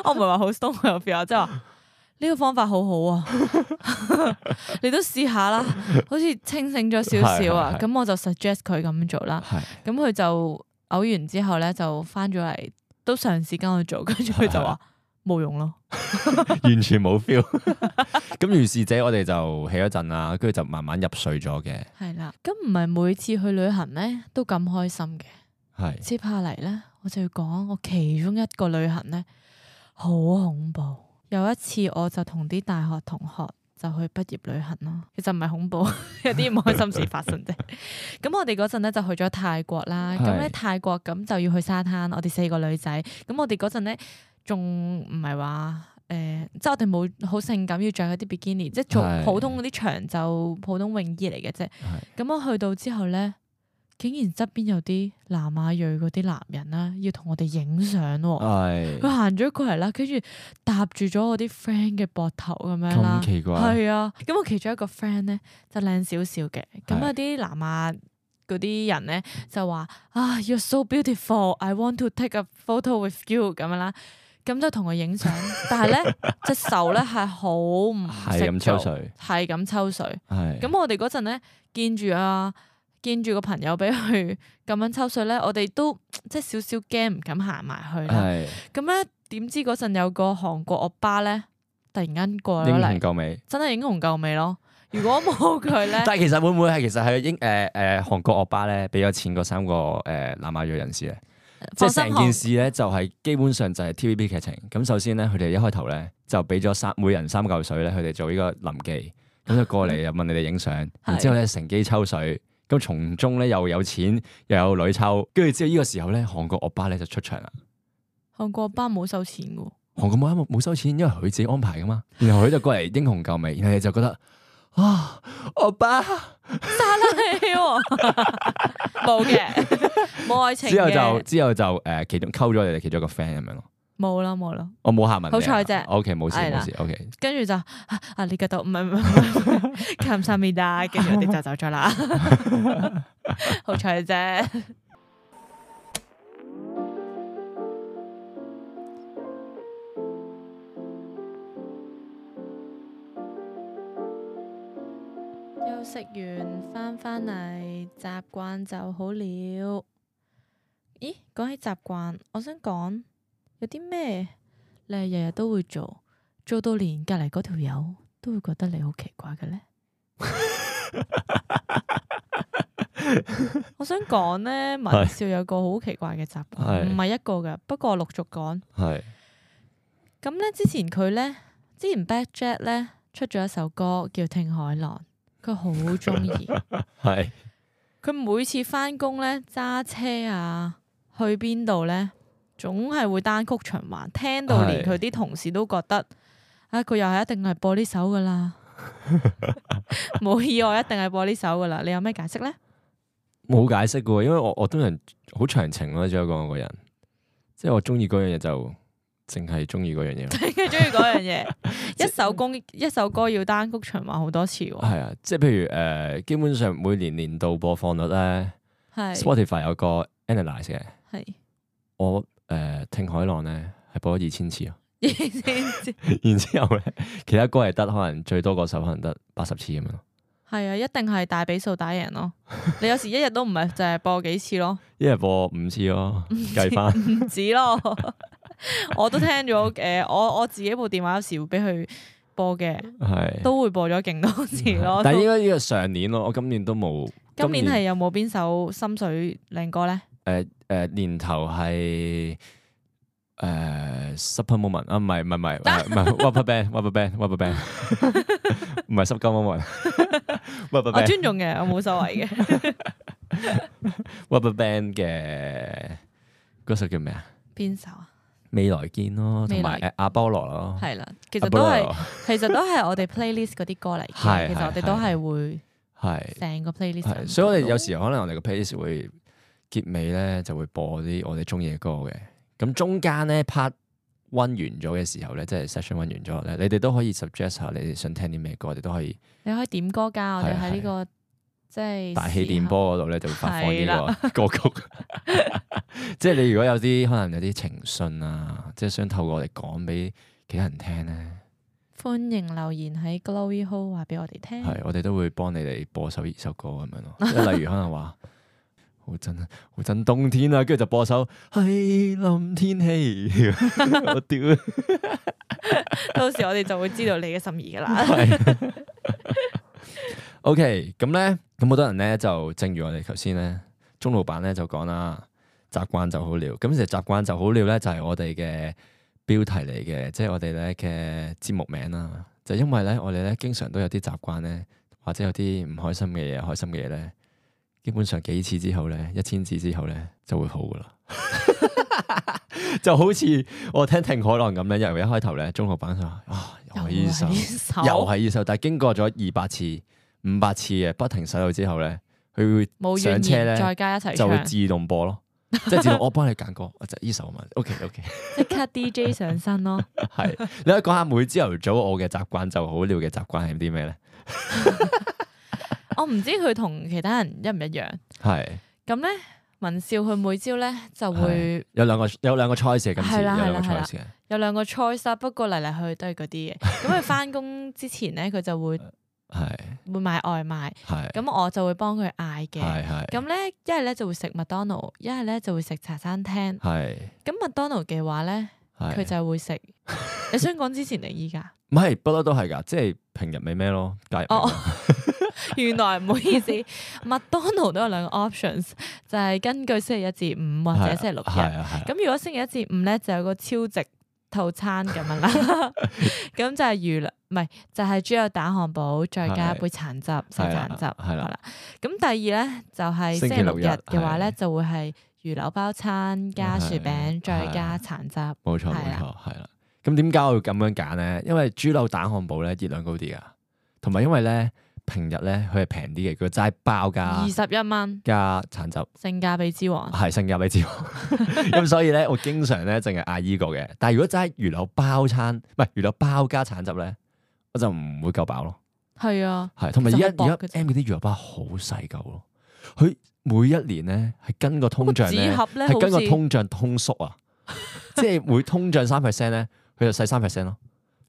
Speaker 3: 我唔係話好 s 好有 feel 啊！即係話呢個方法好好啊， 你都試 下啦，好似清醒咗少少啊！
Speaker 2: 係係係
Speaker 3: 咁我就 suggest 佢咁做啦。
Speaker 2: 係
Speaker 3: 咁佢就嘔完之後咧，就翻咗嚟，都嘗試跟我做，跟住佢就話冇用咯。
Speaker 2: 完全冇 feel。咁如是者，我哋就起咗陣啦，跟住就慢慢入睡咗嘅，
Speaker 3: 係啦，咁唔係每次去旅行咧都咁開心嘅。
Speaker 2: 係。
Speaker 3: 接下嚟咧，我就要講我其中一個旅行咧，好恐怖。有一次我就同啲大學同學就去畢業旅行啦，其實唔係恐怖， 有啲唔開心事發生啫。咁我哋嗰陣咧就去咗泰國啦，咁咧
Speaker 2: 係
Speaker 3: 泰國咁就要去沙灘，我哋四個女仔，咁我哋嗰陣咧仲唔係話。誒、即係我哋冇好性感，要着嗰啲 bikini，即係做
Speaker 2: 係
Speaker 3: 普通嗰啲長袖、普通泳衣嚟嘅啫。咁我去到之後咧，竟然側邊有啲南亞裔嗰啲男人啦，要同我哋影相喎。佢
Speaker 2: 啊係
Speaker 3: 行咗過嚟啦，跟住搭住咗我啲 friend 嘅膊頭咁樣啦
Speaker 2: 咁，奇怪，
Speaker 3: 係啊。咁我其中一個 friend 咧就靚少少嘅，
Speaker 2: 係
Speaker 3: 咁有啲南亞嗰啲人咧就話啊，you're so beautiful，I want to take a photo with you 咁樣啦。咁就同佢影相，但係 咧隻手咧係好唔
Speaker 2: 係
Speaker 3: 識
Speaker 2: 咁抽
Speaker 3: 做，
Speaker 2: 水，
Speaker 3: 係咁抽水。
Speaker 2: 係
Speaker 3: 咁我哋嗰陣咧，見住啊，見住個朋友俾佢咁樣抽水咧，我哋都即係少少驚，唔敢行埋去啦。
Speaker 2: 係
Speaker 3: 咁咧，點知嗰陣有個韓國惡霸咧，突然間過咗
Speaker 2: 英
Speaker 3: 嚟
Speaker 2: 雄，救美。
Speaker 3: 真係英雄救美咯！如果冇佢咧，
Speaker 2: 但係其實會唔會係其實係英誒誒韓國惡霸咧俾咗錢嗰三個誒、呃南亞裔人士咧？ 即
Speaker 3: 放
Speaker 2: 係
Speaker 3: 心
Speaker 2: 成件事咧就係、基本上就係 TVB 劇情。咁首先咧，佢哋一開頭咧就俾咗三每人三嚿水咧，佢哋做呢個臨記，咁就過嚟又問你哋影相，然之後咧乘機抽水。咁從中咧又有錢又有女抽，跟住之後呢個時候咧，韓國惡霸咧就出場啦。
Speaker 3: 韓國惡霸冇收錢嘅喎，
Speaker 2: 韓國冇冇收錢，因為佢自己安排噶嘛。然後佢就過嚟英雄救美，然後你就覺得啊，惡霸。
Speaker 3: 打得起喎，哎冇嘅，冇愛情
Speaker 2: 之後就
Speaker 3: 嘅，
Speaker 2: 之後就誒、呃其中溝咗你哋其中一個 friend 咁樣咯。
Speaker 3: 冇啦冇啦。
Speaker 2: 我冇下文你啊。
Speaker 3: 好彩啫
Speaker 2: O K，冇事
Speaker 3: 係啦
Speaker 2: 冇事。O K，
Speaker 3: 跟住就 啊啊呢個度唔係唔係唔係 感謝 你啦，跟住我哋就走咗啦，好彩啫。食完翻返嚟，習慣就好了。咦，講起習慣，我想講有啲咩你係日日都會做，做到連隔離嗰條友都會覺得你好奇怪嘅呢？我想講呢，文少有個好奇怪嘅習慣，
Speaker 1: 係
Speaker 3: 唔係一個嘅，不過我陸續講。
Speaker 1: 係
Speaker 3: 咁咧，之前佢咧，之前 Back Jack 咧出咗一首歌叫《聽海浪》，佢好中意。
Speaker 1: 係
Speaker 3: 佢每次翻工咧，揸車啊，去邊度咧，總係會單曲循環，聽到連
Speaker 1: 係
Speaker 3: 佢啲同事都覺得啊，佢又係一定係播呢首噶啦，冇意外一定係播呢首噶啦。你有咩解釋咧？
Speaker 2: 冇解釋嘅喎，因為我我都人好長情咯，只可以講我個人，即係我中意嗰樣嘢就淨係中意嗰樣嘢咯。
Speaker 3: 你中意嗰樣嘢，一首工一首歌要單曲循環好多次 喎，
Speaker 2: 係啊，即係譬如誒、呃基本上每年年度播放率咧
Speaker 3: 係
Speaker 2: ，Spotify 有個 analyse 嘅，
Speaker 3: 係。
Speaker 2: 我誒、呃、聽海浪咧係播咗二千次咯，啊
Speaker 3: 係
Speaker 2: 然之後咧其他歌係得可能最多嗰首可能得八十次咁樣咯，
Speaker 3: 啊，一定係大比數打贏咯。你有時一日都唔係就係播幾次咯，
Speaker 2: 一日播五次咯，計 翻
Speaker 3: 唔止咯。 我都聽咗诶、誒我我自己部電話有時會俾佢播嘅，
Speaker 2: 係。
Speaker 3: 都會播咗勁多次咯。
Speaker 2: 嗯但係應該呢個上年咯，我今年都冇。
Speaker 3: 今年係有冇邊首心水靚歌咧？
Speaker 2: 誒誒呃年頭係誒 Super Moment 啊，唔係唔係唔係誒唔係 Rubber Band Rubber Band Rubber Band，唔 係 Super Moment Rubber
Speaker 3: 我
Speaker 2: Band
Speaker 3: 尊重嘅，我冇所 謂嘅。
Speaker 2: Rubber Band 嘅嗰首叫咩啊？
Speaker 3: 邊首啊？
Speaker 2: 未來見咯，同埋
Speaker 3: 未來
Speaker 2: 誒阿波羅咯，
Speaker 3: 係啦，其
Speaker 2: 阿
Speaker 3: 實
Speaker 2: 波
Speaker 3: 都係，
Speaker 2: 羅
Speaker 3: 其實都係我哋 playlist 嗰啲歌嚟嘅。
Speaker 2: 啊係
Speaker 3: 其實我哋
Speaker 2: 係
Speaker 3: 都係會
Speaker 2: 係
Speaker 3: 成個 playlist 咁
Speaker 2: 係，所以我哋
Speaker 3: 播
Speaker 2: 有時可能我哋個 playlist 會結尾咧就會播啲我哋中意嘅歌嘅，咁中間咧 part one 完咗嘅時候咧，即係 session one 完咗咧，你哋都可以 suggest 下你哋想聽啲咩歌，我哋都可以
Speaker 3: 你可以點歌㗎，我哋喺呢個即係
Speaker 2: 大氣電波嗰度咧就會發放
Speaker 3: 係啦
Speaker 2: 呢個歌曲。 即係你如果有啲可能有啲情信啊，即係想透過我哋講俾其他人聽咧，
Speaker 3: 歡迎留言喺 Glowy Hall 話俾我哋聽。
Speaker 2: 係我哋都會幫你哋播首呢首歌咁樣咯。 即係例如可能話好憎啊好憎冬天啊，跟住就播首
Speaker 1: 係林天 喜，我屌，
Speaker 3: 到時我哋就會知道你嘅心意㗎 啦。
Speaker 2: 係 OK，咁咧，咁好多人咧就正如我哋頭先咧，鐘老闆咧就講啦，習慣就好了。咁其實習慣就好了咧，就係我哋嘅標題嚟嘅，即係我哋咧嘅節目名啦。就因為咧，我哋咧經常都有啲習慣咧，或者有啲唔開心嘅嘢、開心嘅嘢咧，基本上幾次之後咧，一千次之後咧就會好噶啦。就好似我聽聽海浪咁咧，由一開頭咧，鐘老闆就話啊，又係啊呢首
Speaker 3: 又。係呢
Speaker 2: 又
Speaker 3: 首
Speaker 2: 係二手，但係經過咗二百次、五百次嘅不停洗腦之後咧，佢
Speaker 3: 冇
Speaker 2: 會上
Speaker 3: 怨
Speaker 2: 車
Speaker 3: 言，再
Speaker 2: 咧
Speaker 3: 加一齊
Speaker 2: 就會
Speaker 3: 唱，
Speaker 2: 自動播咯， 即係自動我幫你揀歌，就呢首啊嘛。OK OK，
Speaker 3: 即刻 DJ 上身咯。
Speaker 2: 係你可以講下每朝頭早我嘅習慣就好了嘅習慣係啲咩咧？
Speaker 3: 我唔知佢同其他人一唔一樣。
Speaker 2: 係
Speaker 3: 咁咧，文少佢每朝咧就會
Speaker 2: 有兩個有兩個 choice 嘅今次，
Speaker 3: 係
Speaker 2: 有
Speaker 3: 啦
Speaker 2: 兩個
Speaker 3: 係啦
Speaker 2: choice 嘅，
Speaker 3: 有兩個 choice 啦，不過嚟嚟去去都係 嗰啲嘢。咁佢翻工之前咧，佢就會
Speaker 2: 係
Speaker 3: 會買外賣，
Speaker 2: 係
Speaker 3: 咁我就會幫佢嗌嘅。
Speaker 2: 係係
Speaker 3: 咁咧，一係咧就會食麥當勞，一係咧就會食茶餐廳。
Speaker 2: 係
Speaker 3: 咁麥當勞嘅話咧，
Speaker 2: 係
Speaker 3: 佢就會食。你想講之前定依家？
Speaker 2: 唔係不嬲都係㗎，即係平日咪咩咯，假日咪
Speaker 3: 哦， 原來唔好 意思，麥當勞都有兩個 options，就係根據星期一至五哦或者星期六
Speaker 2: 係
Speaker 3: 日。
Speaker 2: 啊係啊
Speaker 3: 咁如果星期一至五咧，就有個超值套餐咁樣 啦。咁就係魚兩唔係就係豬柳蛋漢堡，再加一杯橙汁西
Speaker 2: 係
Speaker 3: 橙
Speaker 2: 啦
Speaker 3: 汁。
Speaker 2: 係啦
Speaker 3: 好啦。咁第二咧就係星期六日嘅話咧，
Speaker 2: 星
Speaker 3: 就會係魚柳包餐加薯餅，
Speaker 2: 係啊
Speaker 3: 再加橙汁。
Speaker 2: 冇錯冇
Speaker 3: 係啦啊
Speaker 2: 錯，係啦。咁點解我要咁樣揀咧？因為豬柳蛋漢堡咧熱量高啲噶，同埋因為咧平日咧佢係平啲嘅，佢齋包加
Speaker 3: 二十一蚊，
Speaker 2: 加橙汁，
Speaker 3: 性價比之王。
Speaker 2: 係性價比之王。 咁所以咧，我經常咧淨係嗌依個嘅。但係如果齋魚柳包餐，唔係魚柳包加橙汁咧，我就唔會夠飽咯。
Speaker 3: 係啊，
Speaker 2: 係，同埋而家
Speaker 3: 其實好薄
Speaker 2: 而
Speaker 3: 嘅
Speaker 2: 家
Speaker 3: 啫
Speaker 2: M 嗰啲魚柳包好細嚿咯，佢每一年咧係跟個通
Speaker 3: 個
Speaker 2: 脹咧
Speaker 3: 紙。盒咧
Speaker 2: 係跟
Speaker 3: 好
Speaker 2: 個
Speaker 3: 似。
Speaker 2: 通脹通縮啊，即係每通脹三 percent 咧，佢就細三 percent 咯，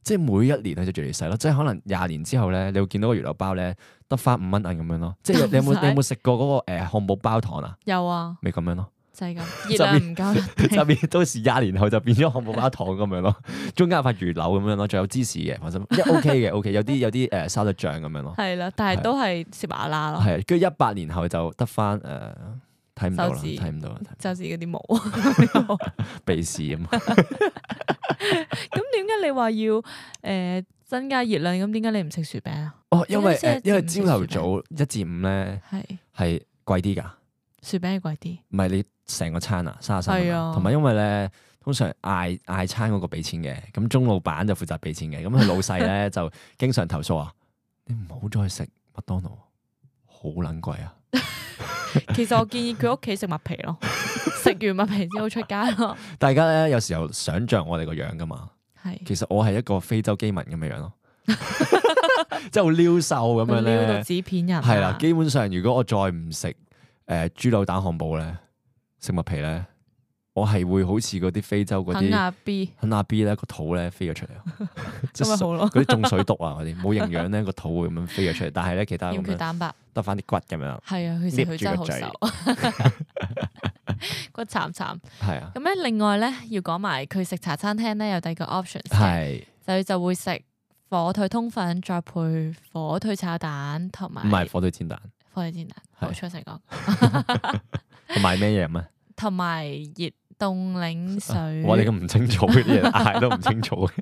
Speaker 2: 即係每一年咧就越嚟越細咯，即係可能廿年之後咧，你會見到個魚柳包咧得翻五蚊銀咁樣咯。即係你有
Speaker 3: 咁
Speaker 2: 冇你有
Speaker 3: 細
Speaker 2: 冇食過嗰個誒漢堡包糖 啊？
Speaker 3: 有啊，
Speaker 2: 咪咁樣咯，
Speaker 3: 就係咁， 熱量唔夠一定
Speaker 2: 就變到時廿年後就變咗漢堡包糖咁樣咯，中間有塊魚柳咁樣咯，仲有芝士嘅，放心，一 OK 嘅 OK，有啲 有啲呃誒沙律醬咁樣咯，
Speaker 3: 係啦，但係都係食麻辣咯，
Speaker 2: 哦係，跟住一百年後就得翻誒睇唔到啦，
Speaker 3: 手指
Speaker 2: 睇唔到啦，睇唔到
Speaker 3: 就係嗰啲冇。
Speaker 2: 鼻屎咁。
Speaker 3: 咁點解你話要诶增加熱量？咁點解你唔食薯餅啊？
Speaker 2: 哦，因為
Speaker 3: 點解
Speaker 2: 誒因為朝頭
Speaker 3: 即係朝
Speaker 2: 早一至五咧
Speaker 3: 係
Speaker 2: 係貴啲㗎。
Speaker 3: 薯餅係貴啲，
Speaker 2: 唔係你成個餐啊，三十三
Speaker 3: 係
Speaker 2: 蚊啊，
Speaker 3: 啊
Speaker 2: 同埋因為咧，通常嗌嗌餐嗰個俾錢嘅，咁鐘老闆就負責俾錢嘅，咁佢老細 咧就經常投訴啊，你唔好再食麥當勞，好撚貴啊！
Speaker 3: 其實我建議佢屋企食麥皮 咯，食完麥皮之後出街咯。
Speaker 2: 大家咧有時候想像我哋個樣噶嘛，
Speaker 3: 係
Speaker 2: 其實我係一個非洲基民咁嘅 樣咯， 即係好撩瘦咁樣
Speaker 3: 撩到
Speaker 2: 咧，
Speaker 3: 紙片人啊
Speaker 2: 係啦，基本上如果我再唔食誒豬柳蛋漢堡咧，食麥皮咧，我係會好似嗰啲非洲嗰
Speaker 3: 肯
Speaker 2: 啲。
Speaker 3: 亞 B
Speaker 2: 肯亞 B 咧個肚咧飛咗出嚟 啊，即
Speaker 3: 咁咪
Speaker 2: 係水
Speaker 3: 好咯，
Speaker 2: 嗰啲中水毒啊嗰啲冇營養咧個肚會咁樣飛咗出嚟，但係 咧其啊他咁
Speaker 3: 欠缺
Speaker 2: 樣
Speaker 3: 蛋白。
Speaker 2: 得翻啲骨咁樣，
Speaker 3: 係啊，佢食佢真係好瘦， 骨慘慘。
Speaker 2: 係啊，
Speaker 3: 咁咧，另外咧要講埋佢食茶餐廳咧有第二個 option，
Speaker 2: 係
Speaker 3: 就佢就會食火腿通粉，再配火腿炒蛋同埋
Speaker 2: 唔係火腿煎蛋
Speaker 3: 火腿煎蛋，
Speaker 2: 係
Speaker 3: 冇錯成講，
Speaker 2: 同埋咩嘢飲啊？
Speaker 3: 同埋熱凍檸
Speaker 2: 我哋
Speaker 3: 水。
Speaker 2: 咁唔清楚嘅啲人嗌都唔清楚嘅，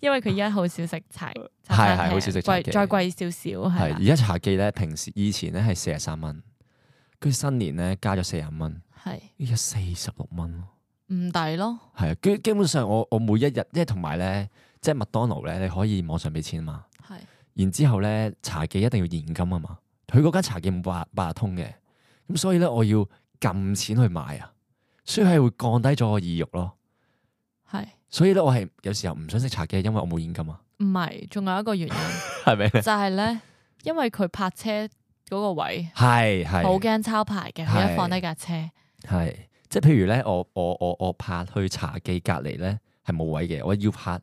Speaker 3: 因為佢而家好少食柴，茶
Speaker 2: 呃
Speaker 3: 餐
Speaker 2: 係係
Speaker 3: 廳
Speaker 2: 好少食柴
Speaker 3: 貴
Speaker 2: 嘅
Speaker 3: 再貴少少係
Speaker 2: 係
Speaker 3: 啦
Speaker 2: 而家茶記咧平時以前咧係四十三蚊，跟住新年咧加咗四十蚊，
Speaker 3: 係
Speaker 2: 依家四十六蚊咯。
Speaker 3: 唔抵咯，
Speaker 2: 係啊，跟住基本上我我每一日，即係同埋咧，即係麥當勞咧，你可以網上俾錢啊嘛。
Speaker 3: 係
Speaker 2: 然之後咧，茶記一定要現金啊嘛，佢嗰間茶記冇八八達通嘅，咁所以咧我要撳錢去買啊，所以係會降低咗我意欲咯。
Speaker 3: 係
Speaker 2: 所以咧我係有時候唔想食茶記，因為我冇現金啊，
Speaker 3: 唔係？仲有一 個原因
Speaker 2: 係咪？
Speaker 3: 就係咧，因為佢泊車嗰個位
Speaker 2: 係
Speaker 3: 好
Speaker 2: 係
Speaker 3: 驚抄牌嘅，佢
Speaker 2: 係
Speaker 3: 一放低架車
Speaker 2: 係，即係譬如咧，我我我我拍去茶記隔離咧係冇位嘅，我要拍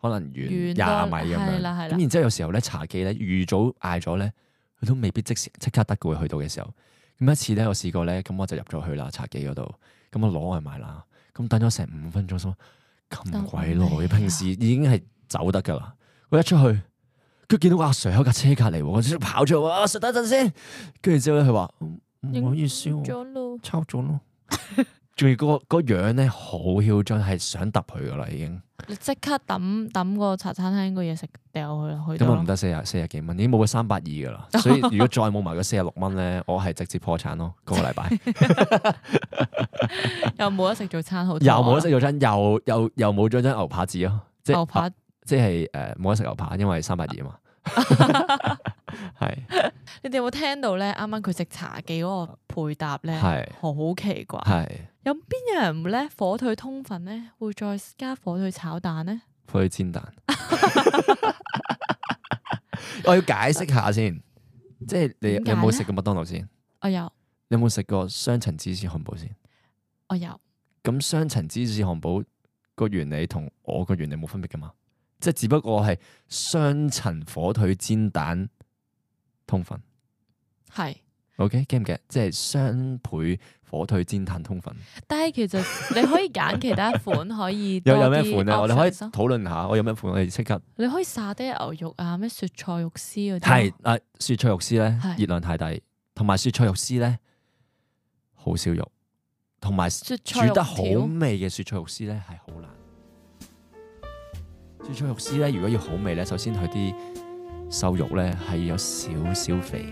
Speaker 2: 可能遠廿
Speaker 3: 遠
Speaker 2: 米
Speaker 3: 多
Speaker 2: 咁
Speaker 3: 係
Speaker 2: 樣，
Speaker 3: 啦係啦
Speaker 2: 咁然之後有時候咧茶記咧預早嗌咗咧，佢都未必即時即刻得嘅喎，去到嘅時候。咁一次咧，我試過咧，咁我就入咗去啦，茶記嗰度，咁我攞外賣啦，咁等咗成五分鐘，心諗咁鬼
Speaker 3: 得
Speaker 2: 耐，
Speaker 3: 未啊
Speaker 2: 平時已經係走得噶啦，我一出去，佢見到個阿 Sir 喺架車隔離喎，我即刻跑出去，哇阿 Sir 等陣先，跟住之後咧，佢話嗯唔好意思喎，
Speaker 3: 咗咯。
Speaker 2: 抄咗 咯。仲要嗰個嗰樣咧，好囂張，係想揼佢噶啦，已經
Speaker 3: 你即刻抌抌個茶餐廳個嘢食掉佢啦，去到
Speaker 2: 咁啊
Speaker 3: 咯
Speaker 2: 唔得四廿四廿幾蚊，已經冇咗三百二噶啦。 所以如果再冇埋嗰四廿六蚊咧，我係直接破產咯。嗰、個禮 拜
Speaker 3: 又冇得食早餐好，啊
Speaker 2: 又冇得食早餐，又又又冇咗張牛扒紙咯，即係啊
Speaker 3: 牛扒。
Speaker 2: 即係誒冇得食牛扒，因為三百二啊嘛。 係
Speaker 3: 你哋有冇聽到咧？啱啱佢食茶記嗰個配搭咧，
Speaker 2: 係
Speaker 3: 好奇怪。
Speaker 2: 係
Speaker 3: 有邊有人咧火腿通粉咧會再加火腿炒蛋咧？
Speaker 2: 火腿煎蛋。 我要解釋下先，即係你
Speaker 3: 點
Speaker 2: 你
Speaker 3: 解
Speaker 2: 有冇
Speaker 3: 咧
Speaker 2: 食過麥當勞先？
Speaker 3: 我有，
Speaker 2: 你有冇食過雙層芝士漢堡先？
Speaker 3: 我有，
Speaker 2: 咁雙層芝士漢堡個原理同我個原理冇分別噶嘛？即係只不過係雙層火腿煎蛋通粉
Speaker 3: 係。
Speaker 2: ，OK get 唔 get？即係雙倍火腿煎蛋通粉。
Speaker 3: 但係 其實你可以揀其他款，可以
Speaker 2: 有
Speaker 3: 多
Speaker 2: 有咩
Speaker 3: 啲
Speaker 2: 款咧？我哋可以
Speaker 3: options 啊咯
Speaker 2: 討論下，我有咩款我哋即刻
Speaker 3: 你可以沙爹牛肉啊，咩雪菜肉絲嗰啲。
Speaker 2: 係啊！雪菜肉絲咧
Speaker 3: 係
Speaker 2: 熱量太低，同埋雪菜肉絲咧好少肉，同埋
Speaker 3: 雪菜
Speaker 2: 煮
Speaker 3: 肉
Speaker 2: 得好
Speaker 3: 條，
Speaker 2: 味嘅雪菜肉絲咧係好難。雪菜肉絲咧，如果要好味咧，首先佢啲瘦肉咧係要有少少肥，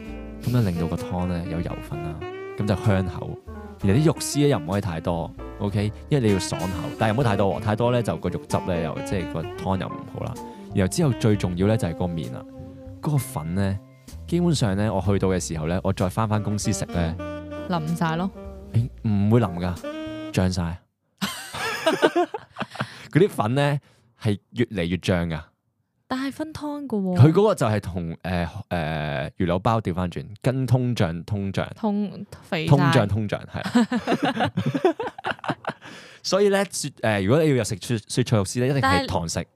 Speaker 2: 咁樣令到個湯咧有油分啦，咁就香口。而啲肉絲咧又唔可以太多，OK，因為你要爽口，但係又唔好太多喎，太多咧就個肉汁咧又即係個湯又唔好啦。然後之後最重要咧就係個麵啦，嗰、個粉咧基本上咧我去到嘅時候咧，我再翻翻公司食咧。
Speaker 3: 淋晒咯。
Speaker 2: 誒唔會淋噶，漲 晒。嗰啲粉咧係越嚟越漲噶，
Speaker 3: 但係分湯噶喎。
Speaker 2: 佢嗰個就係同誒誒魚柳包調翻轉，跟通脹通脹
Speaker 3: 通肥
Speaker 2: 通
Speaker 3: 晒
Speaker 2: 脹通脹係。 所以咧雪誒，如果你要有食雪雪菜肉絲咧，一定
Speaker 3: 但係
Speaker 2: 係堂食，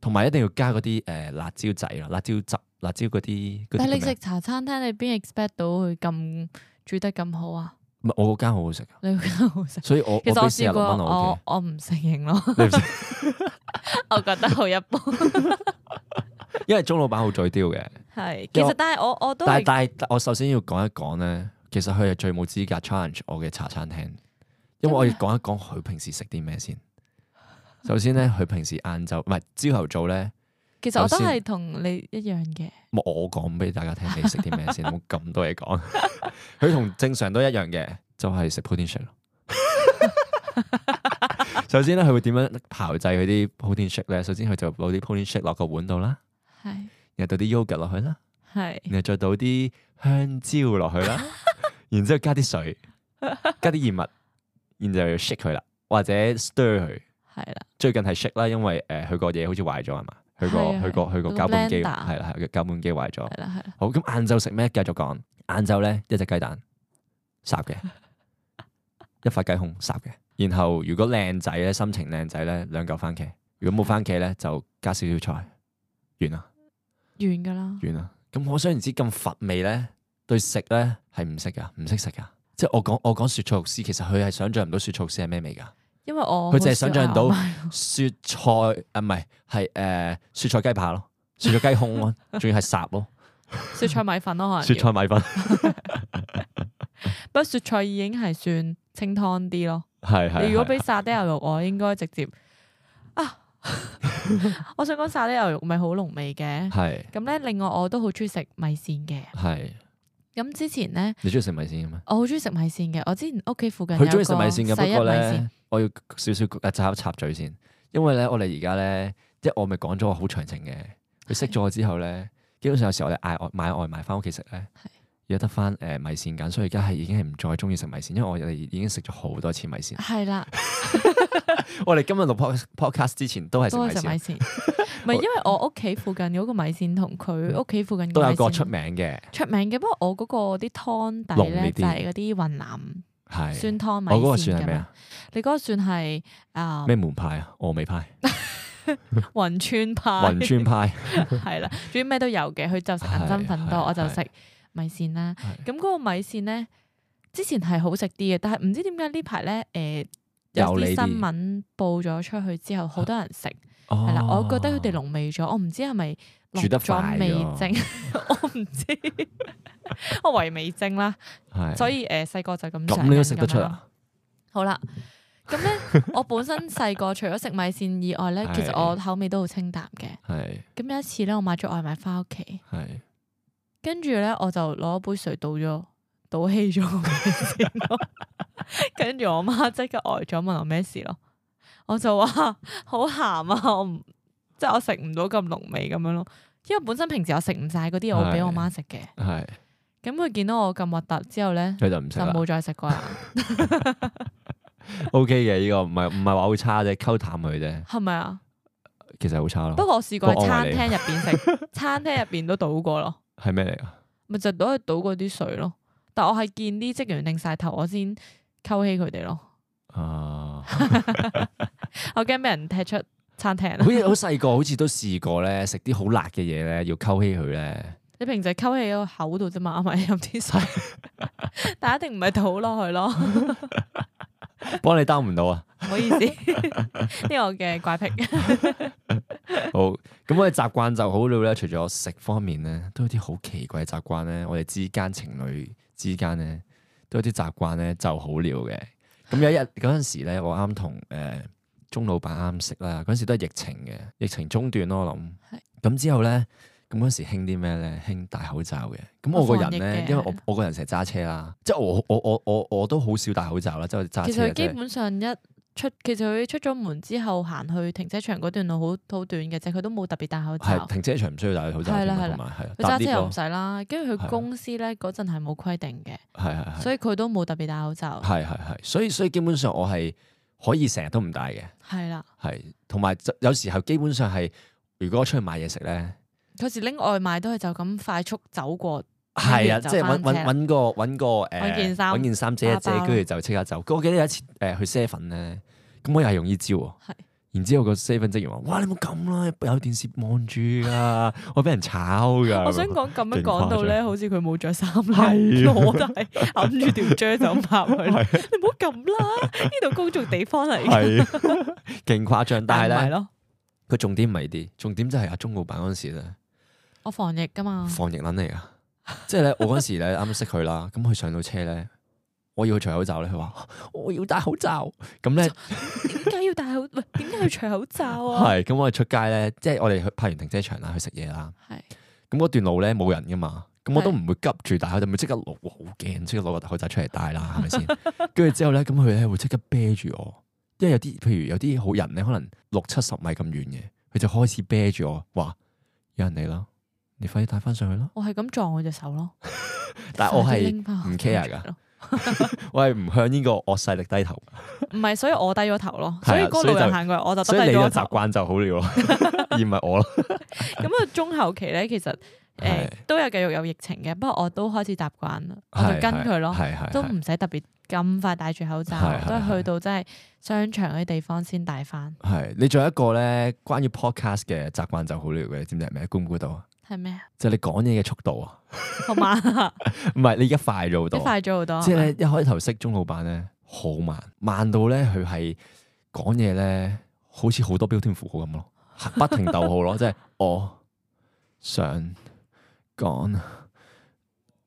Speaker 2: 同埋一定要加嗰啲誒辣椒仔咯，辣椒汁、辣椒嗰啲。嗰啲
Speaker 3: 但係
Speaker 2: 叫
Speaker 3: 你食
Speaker 2: 咩啊
Speaker 3: 茶餐廳，你邊 expect 到佢咁煮得咁好啊？
Speaker 2: 唔係我嗰間好好食㗎，
Speaker 3: 你覺得好食？
Speaker 2: 所以 我
Speaker 3: 其
Speaker 2: 我
Speaker 3: 實
Speaker 2: 俾
Speaker 3: 我哦
Speaker 2: 四廿
Speaker 3: 試過，
Speaker 2: 六蚊我
Speaker 3: 我我唔承 認咯，
Speaker 2: OK，你唔食
Speaker 3: 我覺得好一般。
Speaker 2: 因為鐘老闆好嘴刁嘅。
Speaker 3: 係，其實但係我我都
Speaker 2: 但係
Speaker 3: 係
Speaker 2: 但係，我首先要講一講咧，其實佢係最冇資格 challenge 我嘅茶餐廳，因為我要講一講佢平時食啲咩先。首先咧，佢平時晏晝唔係朝頭早咧，
Speaker 3: 其實我都
Speaker 2: 首先
Speaker 3: 係同你一樣嘅，
Speaker 2: 我我講俾大家聽你食啲咩先，冇咁多嘢講。佢同正常都一樣嘅，就係食 protein shake 咯。首先咧，佢會點樣炮製佢啲 protein shake 咧？首先佢就攞啲 protein shake 落個碗度啦，
Speaker 3: 係
Speaker 2: 然後倒啲 yogurt 落去啦。
Speaker 3: 係
Speaker 2: 然後再倒啲香蕉落去 啦，然之後加啲水，加啲燕麥，然後就 shake 佢啦，或者 stir 佢。
Speaker 3: 係啦。
Speaker 2: 最近係 shake 啦，因為呃誒佢個嘢好似壞咗係嘛，佢個
Speaker 3: 係啊
Speaker 2: 佢個佢個
Speaker 3: 個
Speaker 2: 攪拌機
Speaker 3: blender
Speaker 2: 係啦係個攪拌機壞咗。
Speaker 3: 係啦，係啦，
Speaker 2: 好咁晏晝食咩？繼續講。晏晝咧一隻雞蛋，烚嘅，一塊雞胸烚嘅。然後如果靚仔咧，心情靚仔咧，兩嚿番茄。如果冇番茄咧，就加少少菜，完啦。
Speaker 3: 完噶啦，
Speaker 2: 完啦。咁可想而知咁乏味咧，對食咧係唔識噶，唔識食噶。即係我講我講雪菜肉絲，其實佢係想像唔到雪菜肉絲係咩味噶。
Speaker 3: 因為我
Speaker 2: 佢淨係
Speaker 3: 哦
Speaker 2: 想
Speaker 3: 好少
Speaker 2: 像到
Speaker 3: 牛奶
Speaker 2: 雪菜啊，唔係係誒雪菜雞扒咯，雪菜雞胸 咯，仲要係烚咯，
Speaker 3: 雪菜米粉咯，可能
Speaker 2: 雪
Speaker 3: 叫
Speaker 2: 菜米粉
Speaker 3: 不過雪菜已經係算清湯啲咯。
Speaker 2: 係係。
Speaker 3: 你如果
Speaker 2: 係
Speaker 3: 俾沙爹牛肉，我應該直接啊！ 我想講沙爹牛肉咪好濃味嘅。
Speaker 2: 係
Speaker 3: 咁咧，另外我都好中意食米線嘅。
Speaker 2: 係，
Speaker 3: 咁之前咧，
Speaker 2: 你中意食米線嘅咩？
Speaker 3: 我哦好中意食米線嘅。我之前屋企附近有
Speaker 2: 佢中意食米線嘅，
Speaker 3: 個
Speaker 2: 不
Speaker 3: 細一
Speaker 2: 過
Speaker 3: 米線
Speaker 2: 咧，我要少少誒插一插嘴先，因為咧我哋而家咧，即係我咪講咗我好長情嘅，佢識咗我之後咧，基本上有時我哋嗌外買外賣翻屋企食咧
Speaker 3: 係，
Speaker 2: 有得翻誒米線揀，所以而家係已經係唔再中意食米線，因為我哋已經食咗好多次米 線。
Speaker 3: 係 啦，
Speaker 2: 我哋今日錄 pod- podcast 之前都係食
Speaker 3: 都
Speaker 2: 米
Speaker 3: 係食米
Speaker 2: 線，
Speaker 3: 線。唔係因為我屋企附近嗰個米線同佢屋企附近嘅
Speaker 2: 嗯都有
Speaker 3: 米
Speaker 2: 個
Speaker 3: 線
Speaker 2: 出名嘅，
Speaker 3: 出名嘅，不過我嗰個啲湯底
Speaker 2: 濃烈
Speaker 3: 咧
Speaker 2: 啲
Speaker 3: 就係嗰啲雲南
Speaker 2: 係
Speaker 3: 酸湯米
Speaker 2: 我嗰個
Speaker 3: 線
Speaker 2: 算係咩
Speaker 3: 咁。
Speaker 2: 啊？
Speaker 3: 你嗰個算係啊
Speaker 2: 咩門派啊？峨眉派、
Speaker 3: 雲川派，
Speaker 2: 雲川派，
Speaker 3: 係啦，總之咩都有嘅。佢就食銀針粉多，
Speaker 2: 係
Speaker 3: 我就食米線啦。
Speaker 2: 係
Speaker 3: 咁嗰個米線咧，之前係好食啲嘅，但係唔知點解呢排咧，誒有
Speaker 2: 有
Speaker 3: 啲
Speaker 2: 你啲
Speaker 3: 新聞報咗出去之後，好多人食 係
Speaker 2: 係
Speaker 3: 啦。我覺得
Speaker 2: 哦
Speaker 3: 佢哋濃味咗，我唔知係咪落
Speaker 2: 煮得
Speaker 3: 咗
Speaker 2: 快
Speaker 3: 味
Speaker 2: 咗
Speaker 3: 精， 我唔知，我為味精啦。
Speaker 2: 係
Speaker 3: 所以誒細個就咁
Speaker 2: 咁
Speaker 3: 上
Speaker 2: 你都
Speaker 3: 癮
Speaker 2: 食得
Speaker 3: 咁
Speaker 2: 出
Speaker 3: 樣咯
Speaker 2: 啊？
Speaker 3: 好啦，咁咧我本身細個除咗食米線以外咧，其實
Speaker 2: 係
Speaker 3: 我口味都好清淡嘅。
Speaker 2: 係
Speaker 3: 咁有一次咧，我買咗外賣翻屋企，
Speaker 2: 係。
Speaker 3: 跟住咧我就攞杯水倒咗，倒稀咗個 米線咯。跟住我媽即刻呆咗，問我咩事咯。我就話好鹹啊， 我唔即係我食唔到咁濃味咁樣咯。因為本身平時我食唔晒嗰啲，我會俾我媽食嘅。
Speaker 2: 係，
Speaker 3: 咁佢見到我咁核突之後咧，
Speaker 2: 佢就唔食
Speaker 3: 就
Speaker 2: 啦。
Speaker 3: 冇再食 過啦。
Speaker 2: O K 嘅呢個唔係唔係話好差啫，溝淡佢啫，
Speaker 3: 係咪啊？
Speaker 2: 其實好差咯。
Speaker 3: 不過我試過喺
Speaker 2: 我
Speaker 3: 餐
Speaker 2: 愛你
Speaker 3: 廳入邊 食，餐廳入邊都倒過咯，
Speaker 2: 係咩嚟噶？
Speaker 3: 咪就都係倒嗰啲水咯。但我係見啲職員擰晒頭，我先溝起佢哋咯。
Speaker 2: 啊，
Speaker 3: 我驚俾人踢出餐廳
Speaker 2: 好
Speaker 3: 啊！
Speaker 2: 似好細個，好似都試過咧，食啲好辣嘅嘢咧，要溝起佢咧。
Speaker 3: 你平時係溝起個口度啫嘛，咪飲啲水， 但一定唔係倒落去咯。唔
Speaker 2: 幫你擔唔到啊！
Speaker 3: 好意思，呢個我 嘅怪癖。
Speaker 2: 好，咁我哋習慣就好了咧。除咗食方面咧，都有啲好奇怪嘅習慣咧。我哋之間情侶之間咧，都有啲習慣咧就好了嘅。咁有一日嗰陣時咧，我啱同誒鐘老闆啱識啦，嗰陣時都係疫情嘅，疫情中斷咯，我諗。咁之後咧，咁嗰陣時興啲咩咧？興戴口罩嘅。咁我個人
Speaker 3: 防疫
Speaker 2: 咧，
Speaker 3: 嘅
Speaker 2: 因為我我個人成日揸車啦，即係我我我我我都好少戴口罩啦，即係我揸
Speaker 3: 其
Speaker 2: 車
Speaker 3: 實
Speaker 2: 嘅
Speaker 3: 佢基
Speaker 2: 啫。
Speaker 3: 本上一出，其實佢出咗門之後行去停車場嗰段路好好短嘅啫，佢都冇特別戴口罩
Speaker 2: 係。停車場唔需要戴口罩
Speaker 3: 係
Speaker 2: 添
Speaker 3: 啦
Speaker 2: 啊，
Speaker 3: 係啦
Speaker 2: 同埋係
Speaker 3: 佢
Speaker 2: 搭
Speaker 3: 揸車
Speaker 2: lift
Speaker 3: 又唔
Speaker 2: 咯，
Speaker 3: 使啦，跟住
Speaker 2: 係
Speaker 3: 佢
Speaker 2: 啊
Speaker 3: 公司咧嗰陣係冇規定嘅，
Speaker 2: 係係係。
Speaker 3: 所以佢都冇特別戴口罩。
Speaker 2: 係係係，所以所以基本上我係可以成日都唔戴嘅，
Speaker 3: 係啦，
Speaker 2: 係同埋就有時候基本上係如果我出去買嘢食咧，
Speaker 3: 有時拎外賣都係就咁快速走過，
Speaker 2: 係啊，
Speaker 3: 就
Speaker 2: 即係揾
Speaker 3: 翻
Speaker 2: 揾
Speaker 3: 車
Speaker 2: 揾個揾個誒
Speaker 3: 搵件衫
Speaker 2: 呃揾件衫遮一
Speaker 3: 打
Speaker 2: 遮，
Speaker 3: 包
Speaker 2: 呃跟住就即刻走。咁我記得有一次誒去 seven 咧，咁我又係用呢招喎
Speaker 3: 係，
Speaker 2: 然之後個 seven 職員話：，哇！你冇咁啦，有電視望住噶，我俾人炒噶。
Speaker 3: 我想講咁樣講到
Speaker 2: 勁誇
Speaker 3: 咧，好似佢冇着衫啦，
Speaker 1: 係 啊
Speaker 3: 我都係揞住條遮就拍佢啦。你唔好撳啦，呢度公眾地方嚟嘅。
Speaker 2: 係啊 勁誇張，但係
Speaker 3: 唔係
Speaker 2: 咧
Speaker 3: 咯，
Speaker 2: 個重點唔係啲，重點就係阿鐘老闆嗰陣時咧
Speaker 3: 我防疫噶嘛，
Speaker 2: 防疫撚嚟噶，即係咧我嗰陣時咧啱啱識佢啦， 咁佢上到車咧，我要佢除口罩咧，佢話 我要戴口罩，咁 咧
Speaker 3: 點解要戴口？喂，點解要除口罩啊？
Speaker 2: 係咁我哋出街咧，即係我哋去拍完停車場啦，去食嘢啦，
Speaker 3: 係
Speaker 2: 咁嗰段路咧冇人噶嘛，咁我都
Speaker 3: 係
Speaker 2: 唔會急住戴口罩，咪即刻攞，哇好驚，即刻攞個口罩出嚟戴啦，係咪 先？跟住之後咧，咁佢咧會即刻啤住我，因為有啲譬如有啲好人咧，可能六七十米咁遠嘅，佢就開始啤住我，話有人嚟啦，你快啲戴翻上去啦。
Speaker 3: 我係咁撞我隻手咯。
Speaker 2: 但係我
Speaker 3: 快啲
Speaker 2: 係
Speaker 3: 拎返我
Speaker 2: 唔
Speaker 3: 隻手
Speaker 2: care
Speaker 3: 出嚟咯，
Speaker 2: 我係唔向呢個惡勢力低頭，
Speaker 3: 唔係，所以我低咗頭咯。
Speaker 2: 係啊
Speaker 3: 所以嗰個路
Speaker 2: 所以
Speaker 3: 人
Speaker 2: 就
Speaker 3: 行過嚟，我就
Speaker 2: 所
Speaker 3: 耷
Speaker 2: 以
Speaker 3: 低
Speaker 2: 你
Speaker 3: 咗
Speaker 2: 嘅
Speaker 3: 個
Speaker 2: 習
Speaker 3: 頭。
Speaker 2: 慣就好了 咯，而唔係我咯。
Speaker 3: 咁啊，中後期咧，其實 誒
Speaker 2: 係
Speaker 3: 都有繼續有疫情嘅，不過我都開始習慣啦，我就跟佢咯。
Speaker 2: 係係
Speaker 3: 都
Speaker 2: 係
Speaker 3: 唔使特別咁快戴住口罩
Speaker 2: 係，係
Speaker 3: 都係
Speaker 2: 係
Speaker 3: 去到真係商場嗰啲地方先戴翻，
Speaker 2: 係。你仲有一個咧，關於 podcast 嘅習慣就好了嘅，你知唔知係咩？估唔估到啊？
Speaker 3: 係 咩啊？
Speaker 2: 就係你講嘢嘅速度啊！
Speaker 3: 好慢啊，
Speaker 2: 唔係，你而家快咗好
Speaker 3: 你
Speaker 2: 多，
Speaker 3: 快咗好啊多。
Speaker 2: 即係咧一開頭識鐘老闆咧，好慢，慢到咧佢係講嘢咧，好似好多標點符號咁咯， 不停逗號咯，即係 我想講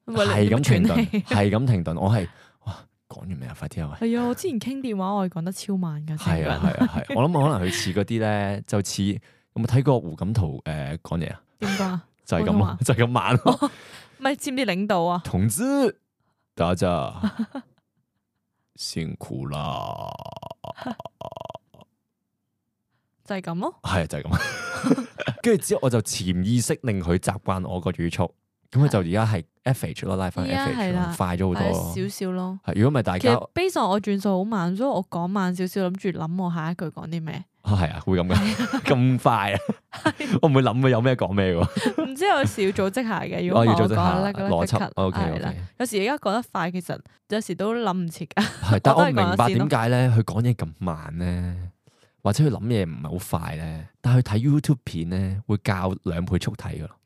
Speaker 3: 喂
Speaker 2: 係
Speaker 3: 啊你
Speaker 2: 咁停
Speaker 3: 喘
Speaker 2: 頓，
Speaker 3: 氣
Speaker 2: 係咁停頓，我係哇講完未啊？快啲啊喂！
Speaker 3: 係啊，我之前傾電話我係講得超慢㗎，成個
Speaker 2: 係啊
Speaker 3: 人
Speaker 2: 係啊係，我諗可能佢似嗰啲咧，就似有冇睇過胡錦濤誒講嘢啊？
Speaker 3: 點講啊？
Speaker 2: 就係咁
Speaker 3: 普通話哦
Speaker 2: 咯， 就係咁慢咯。
Speaker 3: 唔係知唔知領導啊？
Speaker 2: 同志，大家 辛苦啦，
Speaker 3: 就係咁咯，
Speaker 2: 係啊就係咁。 跟住之後，我就潛意識令佢習慣我個語速，咁佢就而家係 average 咯，拉翻
Speaker 3: 而家
Speaker 2: average
Speaker 3: 係
Speaker 2: 咯
Speaker 3: 啦
Speaker 2: 快咗好
Speaker 3: 係
Speaker 2: 多
Speaker 3: 啊
Speaker 2: 咯。
Speaker 3: 少少咯。
Speaker 2: 係如果唔係大
Speaker 3: 其
Speaker 2: 家
Speaker 3: 實 base on 我轉數好慢，所以我講慢少少，諗住諗我下一句講 啲咩。
Speaker 2: 啊係啊，會咁噶，咁快啊！ 我唔會諗佢有咩講咩喎，
Speaker 3: 唔知有時要組織下嘅，如
Speaker 2: 我
Speaker 3: 果
Speaker 2: 哦要
Speaker 3: 唔係
Speaker 2: 做
Speaker 3: 我
Speaker 2: 得
Speaker 3: 講
Speaker 2: 下
Speaker 3: 啦啦
Speaker 2: 邏輯。O 哦 K
Speaker 3: 係
Speaker 2: O
Speaker 3: 啦
Speaker 2: K，。
Speaker 3: 有時而家講得快，其實有時都諗唔切㗎。
Speaker 2: 係，但
Speaker 3: 我
Speaker 2: 我
Speaker 3: 都
Speaker 2: 唔
Speaker 3: 係講
Speaker 2: 明
Speaker 3: 一
Speaker 2: 白
Speaker 3: 線咯
Speaker 2: 點解咧，佢講嘢咁慢咧，或者佢諗嘢唔係好快咧，但係佢睇 YouTube 片咧會教兩倍速睇噶 咯。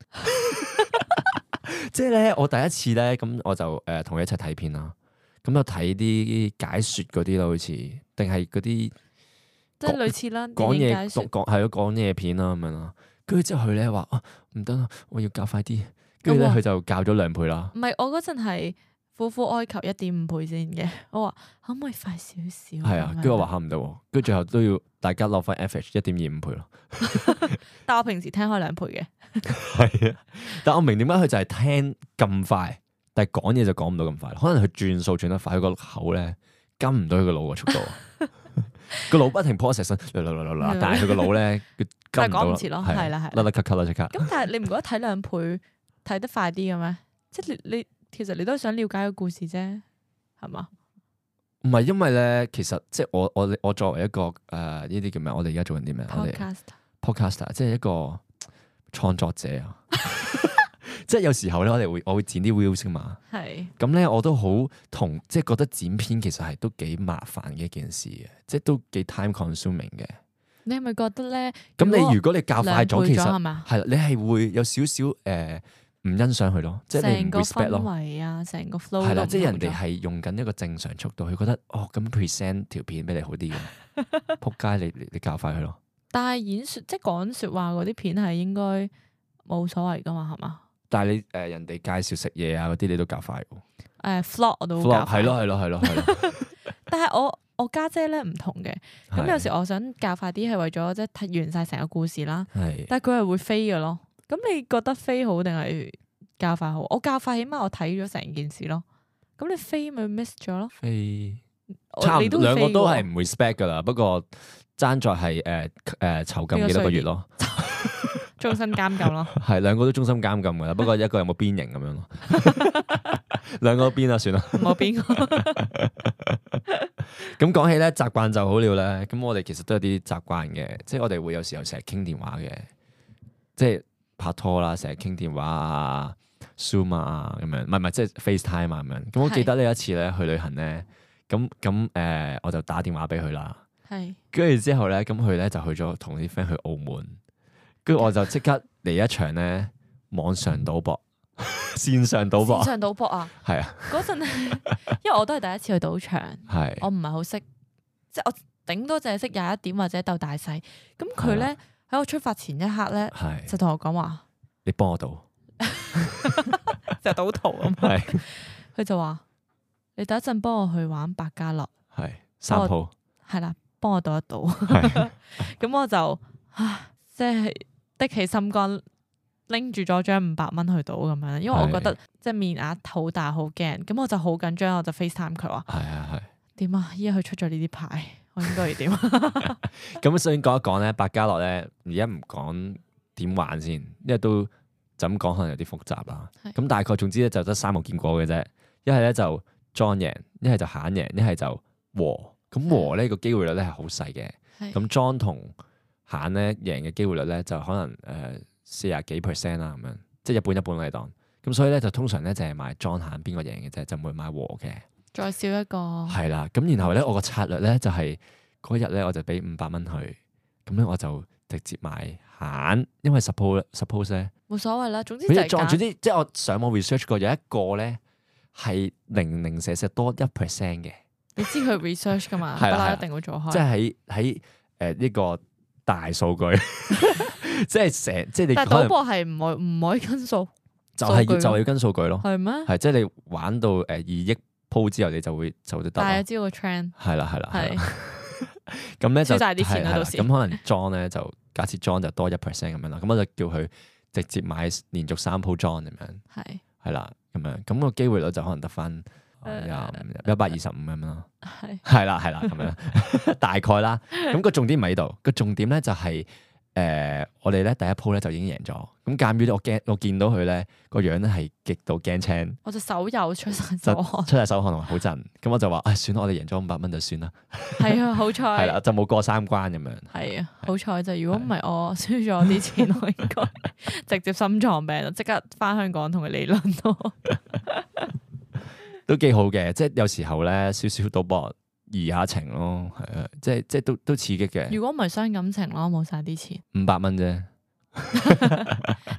Speaker 2: 即係咧，我第一次咧，咁我就誒同佢一齊睇片啦。咁就睇啲解說嗰啲啦，好似定係嗰啲
Speaker 3: 即係類似啦，
Speaker 2: 講
Speaker 3: 電影
Speaker 2: 嘢
Speaker 3: 解說
Speaker 2: 講講係咯講嘢片啦咁樣啦。跟住之後佢咧話啊唔得啦，我要教快啲。跟住咧
Speaker 3: 咁啊
Speaker 2: 佢就教咗兩倍啦。
Speaker 3: 唔係我嗰陣係苦苦哀求一點五倍先嘅， 我話可唔可以快少少？
Speaker 2: 係啊，
Speaker 3: 咁樣
Speaker 2: 跟住我話，喊唔到喎，跟住最後都要大家落翻 average 一點二五倍咯。
Speaker 3: 但我平時聽開兩倍嘅，
Speaker 2: 系啊，但我明點解佢就係聽咁快，但係講嘢就講唔到咁快。可能佢轉數轉得快，佢個口咧跟唔到佢個腦嘅速度，啊 個腦不停 process 緊啦啦啦啦啦但係佢個腦咧，佢跟唔到
Speaker 3: 嗯但係講唔切咯
Speaker 2: 係啊
Speaker 3: 係啦係
Speaker 2: 甩
Speaker 3: 啦
Speaker 2: 甩咳咳啦即刻。
Speaker 3: 咁但係你唔覺得睇兩倍睇得快啲嘅咩？即係你你其實你都係想了解個故事啫，係嘛？
Speaker 2: 唔係因為咧，其實即係我我我作為一個誒呢啲叫咩？我哋而家做緊啲咩？我哋
Speaker 3: Podcast
Speaker 2: podcaster，即係一個創作者 啊。 即係有時候咧，我哋會我會剪啲 reels 噶嘛。
Speaker 3: 係
Speaker 2: 咁咧，我都好同即係覺得剪片其實係都幾麻煩嘅一件事嘅，即係都幾 time consuming 嘅。
Speaker 3: 你係咪覺得咧？
Speaker 2: 咁你如
Speaker 3: 如
Speaker 2: 果你教
Speaker 3: 兩
Speaker 2: 啊快
Speaker 3: 倍
Speaker 2: 咗，其實
Speaker 3: 係嘛？
Speaker 2: 係啦，你係會有少少誒唔欣賞佢咯，即係你
Speaker 3: 成
Speaker 2: 唔
Speaker 3: 個
Speaker 2: respect
Speaker 3: 氛
Speaker 2: 咯，
Speaker 3: 圍啊，成個 flow
Speaker 2: 係啦，
Speaker 3: 都
Speaker 2: 即係人
Speaker 3: 唔
Speaker 2: 哋
Speaker 3: 同咗
Speaker 2: 係用緊一個正常速度，佢覺得哦咁 present 條片俾你好啲嘅，仆街你你你教快佢咯，
Speaker 3: 但係演說即係講說話嗰啲片係應該冇所謂噶嘛，係嘛？
Speaker 2: 但係你誒、呃人哋介紹食嘢啊嗰啲你都教快喎
Speaker 3: 誒 vlog 我都好搞
Speaker 2: Vlog，
Speaker 3: 快
Speaker 2: 係咯係咯係咯係咯，
Speaker 3: 但係我我家姐咧唔同嘅，咁
Speaker 2: 係
Speaker 3: 有時我想教快啲係為咗即係睇完晒成個故事啦，
Speaker 2: 係
Speaker 3: 但係佢係會飛嘅咯。咁你覺得飛好定係教快好？我教快起碼我睇咗成件事咯。咁你飛咪 miss 咗咯？
Speaker 2: 非。
Speaker 3: 我
Speaker 2: 差唔
Speaker 3: 你
Speaker 2: 多
Speaker 3: 會
Speaker 2: 兩個
Speaker 3: 飛
Speaker 2: 都係
Speaker 3: 嘅喎
Speaker 2: 唔 respect 噶啦，不過爭在係誒誒囚禁幾多個月咯，
Speaker 3: 終身監禁 咯。
Speaker 2: 係兩個都終身監禁噶啦，不過一個有冇鞭刑咁樣咯， 兩個都鞭啦算啦。
Speaker 3: 冇邊個
Speaker 2: 咁講起咧習慣就好了咧，咁我哋其實都有啲習慣嘅，即係我哋會有時候成日傾電話嘅，即係拍拖啦，成日傾電話啊、Zoom 啊咁樣，唔係唔係即係 FaceTime 呃啊咁樣。咁我記得呢有一次咧去旅行咧，咁咁誒我就打電話俾佢啦。
Speaker 3: 係
Speaker 2: 跟住之後咧，咁佢咧就去咗同啲 friend 去澳門，跟 住我就即刻嚟一場咧網上賭博、 線上賭博
Speaker 3: 線，上賭博啊！
Speaker 2: 係啊，
Speaker 3: 嗰陣因為我都係第 一次去賭場，
Speaker 2: 係
Speaker 3: 我唔係好識，即係我頂多淨係識廿一點或者鬥大細。咁佢咧喺我出發前一刻咧，
Speaker 2: 啊係，
Speaker 3: 就同我 講話
Speaker 2: 你幫我 賭，
Speaker 3: 就賭徒啊咁，
Speaker 2: 係
Speaker 3: 佢就話你等一陣幫我去玩百家樂，
Speaker 2: 係三鋪，
Speaker 3: 係啦，幫我賭一賭。
Speaker 2: 係
Speaker 3: 咁我就唉，即係的起心肝。拎住咗張五百蚊去賭咁樣，因為我覺得即係面額好大好驚，咁我就好緊張，我就 FaceTime 佢話
Speaker 2: 係係係。
Speaker 3: 點啊？依家佢出咗呢啲牌，我應該要點啊？
Speaker 2: 咁想講一講咧，百家樂咧，而家唔講點玩先，因為都就咁講可能有啲複雜啦。
Speaker 3: 係
Speaker 2: 咁大概總之咧就得三個結果嘅啫，一係咧就莊贏，一係就閒贏，一係就和。咁和呢個機會率咧係好細嘅。
Speaker 3: 係
Speaker 2: 咁莊同閒咧贏嘅機會率咧就可能誒四廿幾 percent 啦，咁樣即係一半一半嚟當。咁所以咧就通常咧就係買莊閒邊個贏嘅啫，就唔會買和嘅。
Speaker 3: 再少一個，
Speaker 2: 係啦，咁然後咧，我個策略咧就係嗰日咧，我就俾五百蚊佢，咁咧我就直接買閒，因為 suppose suppose 咧，
Speaker 3: 冇所謂啦。總之就
Speaker 2: 佢
Speaker 3: 係
Speaker 2: 哋撞住
Speaker 3: 揀
Speaker 2: 啲，即係我上網 research 過，有一個咧係零零舍舍多一 percent 嘅，
Speaker 3: 你知佢 research 噶嘛，不
Speaker 2: 係啊啦係
Speaker 3: 嬲
Speaker 2: 啦
Speaker 3: 一定會做
Speaker 2: 即
Speaker 3: 開。
Speaker 2: 係喺喺誒呢個大數 據， 即係成即係你
Speaker 3: 但係
Speaker 2: 可
Speaker 3: 賭
Speaker 2: 能
Speaker 3: 博係唔可唔可以跟數
Speaker 2: 就係
Speaker 3: 數據
Speaker 2: 要就係要跟數據咯，
Speaker 3: 係咩？
Speaker 2: 係即係你玩到誒二億鋪之後，你就會就得
Speaker 3: 但係
Speaker 2: 咯，
Speaker 3: 知道個 trend
Speaker 2: 係啦係啦係啦啊
Speaker 3: 係。
Speaker 2: 咁咧就
Speaker 3: 輸晒啲錢
Speaker 2: 係
Speaker 3: 啊
Speaker 2: 係
Speaker 3: 到時
Speaker 2: 咁可能 John 咧就假設 John 就多一 percent 咁樣啦，咁我就叫佢直接買連續三鋪 John 咁樣，
Speaker 3: 係
Speaker 2: 係啦，咁樣咁個機會率就可能得翻廿一百二十五咁樣啦，
Speaker 3: 係
Speaker 2: 係啦係啦咁樣 大概啦。咁個重點唔喺度，個重點咧就係、誒、我哋咧第一鋪咧就已經贏咗，咁鑑於呢我驚我見到佢咧個樣咧係極度驚青，
Speaker 3: 我隻手又出晒
Speaker 2: 就
Speaker 3: 手汗，
Speaker 2: 出晒手汗同埋好震，咁我就話唉、算啦，我哋贏咗五百蚊就算啦，
Speaker 3: 係啊，好
Speaker 2: 係
Speaker 3: 彩
Speaker 2: 啦就冇過三關咁樣。
Speaker 3: 係啊，好彩就如果唔係我輸咗啲錢， 我應該直接心臟病啦，即刻翻香港同佢理論 咯。
Speaker 2: 都幾好嘅，即係有時候咧少少賭博怡下情咯，係啊，即係即係都都刺激嘅，
Speaker 3: 如果唔係傷感情咯，冇晒啲錢，
Speaker 2: 五百蚊啫，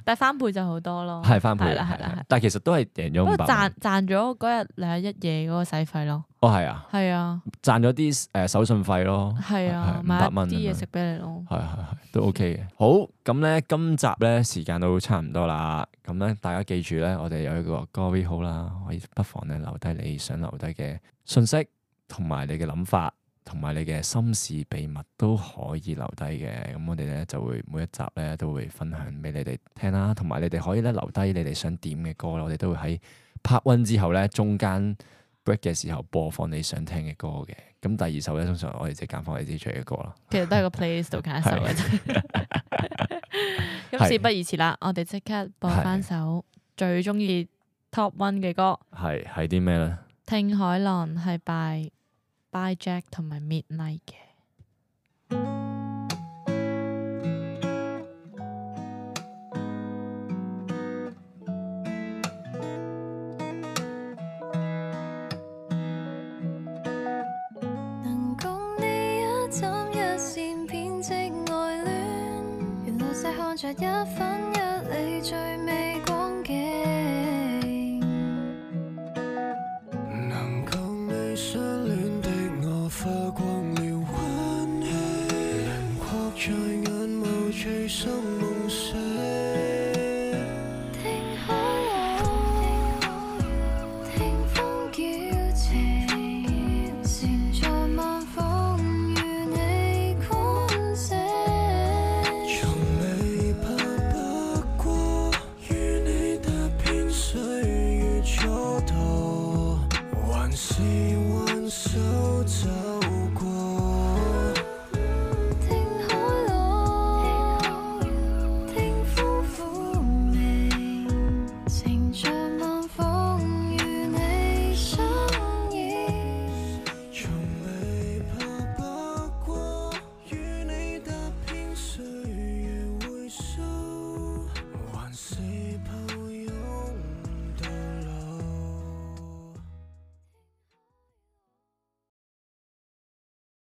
Speaker 3: 但係翻倍就好多咯。
Speaker 2: 係翻倍，
Speaker 3: 係啦係
Speaker 2: 係
Speaker 3: 啦係啦
Speaker 2: 啦，但係其實都係贏
Speaker 3: 不
Speaker 2: 咗五
Speaker 3: 過
Speaker 2: 百
Speaker 3: 賺
Speaker 2: 蚊，
Speaker 3: 賺咗嗰日兩日一夜嗰個使費咯，
Speaker 2: 哦係啊，
Speaker 3: 係啊
Speaker 2: 賺咗啲誒手信費咯，
Speaker 3: 係啊，
Speaker 2: 係
Speaker 3: 買一
Speaker 2: 500蚊
Speaker 3: 啲嘢
Speaker 2: 咁樣
Speaker 3: 食俾你咯。
Speaker 2: 係係係都 OK 嘅。好，咁咧今集咧時間都差唔多啦，咁咧大家記住咧，我哋有一個 g o r y 好啦，可以不妨咧留低你想留低嘅信息，同埋你嘅諗法，同埋你嘅心事秘密都可以留低嘅。咁我哋咧就會每一集咧都會分享俾你哋聽啦，同埋你哋可以咧留低你哋想點嘅歌啦，我哋都會喺 part one 之後咧中間 break 嘅時候播放你想聽嘅歌嘅。咁第二首咧，通常我哋即係揀翻我哋自己最嘅歌啦。
Speaker 3: 其實都係個 playlist 度揀一首嘅啫。 咁
Speaker 2: 係
Speaker 3: 事不宜遲啦，我哋即刻播翻首最中意 top one 嘅歌
Speaker 2: 係係啲咩咧？
Speaker 3: 《聽海浪》，係 by by Jack 同埋 Midnight 嘅。
Speaker 4: 能共你一針一線編織愛戀，沿路細看着一分一厘最美光景。
Speaker 5: 能共你相戀的我花光了溫馨，輪廓在眼眸最深夢醒。
Speaker 4: 聽海浪，聽風繳情，乘著晚風與你共醒。
Speaker 5: 從未怕不過，與你踏遍歲月蹉跎，還是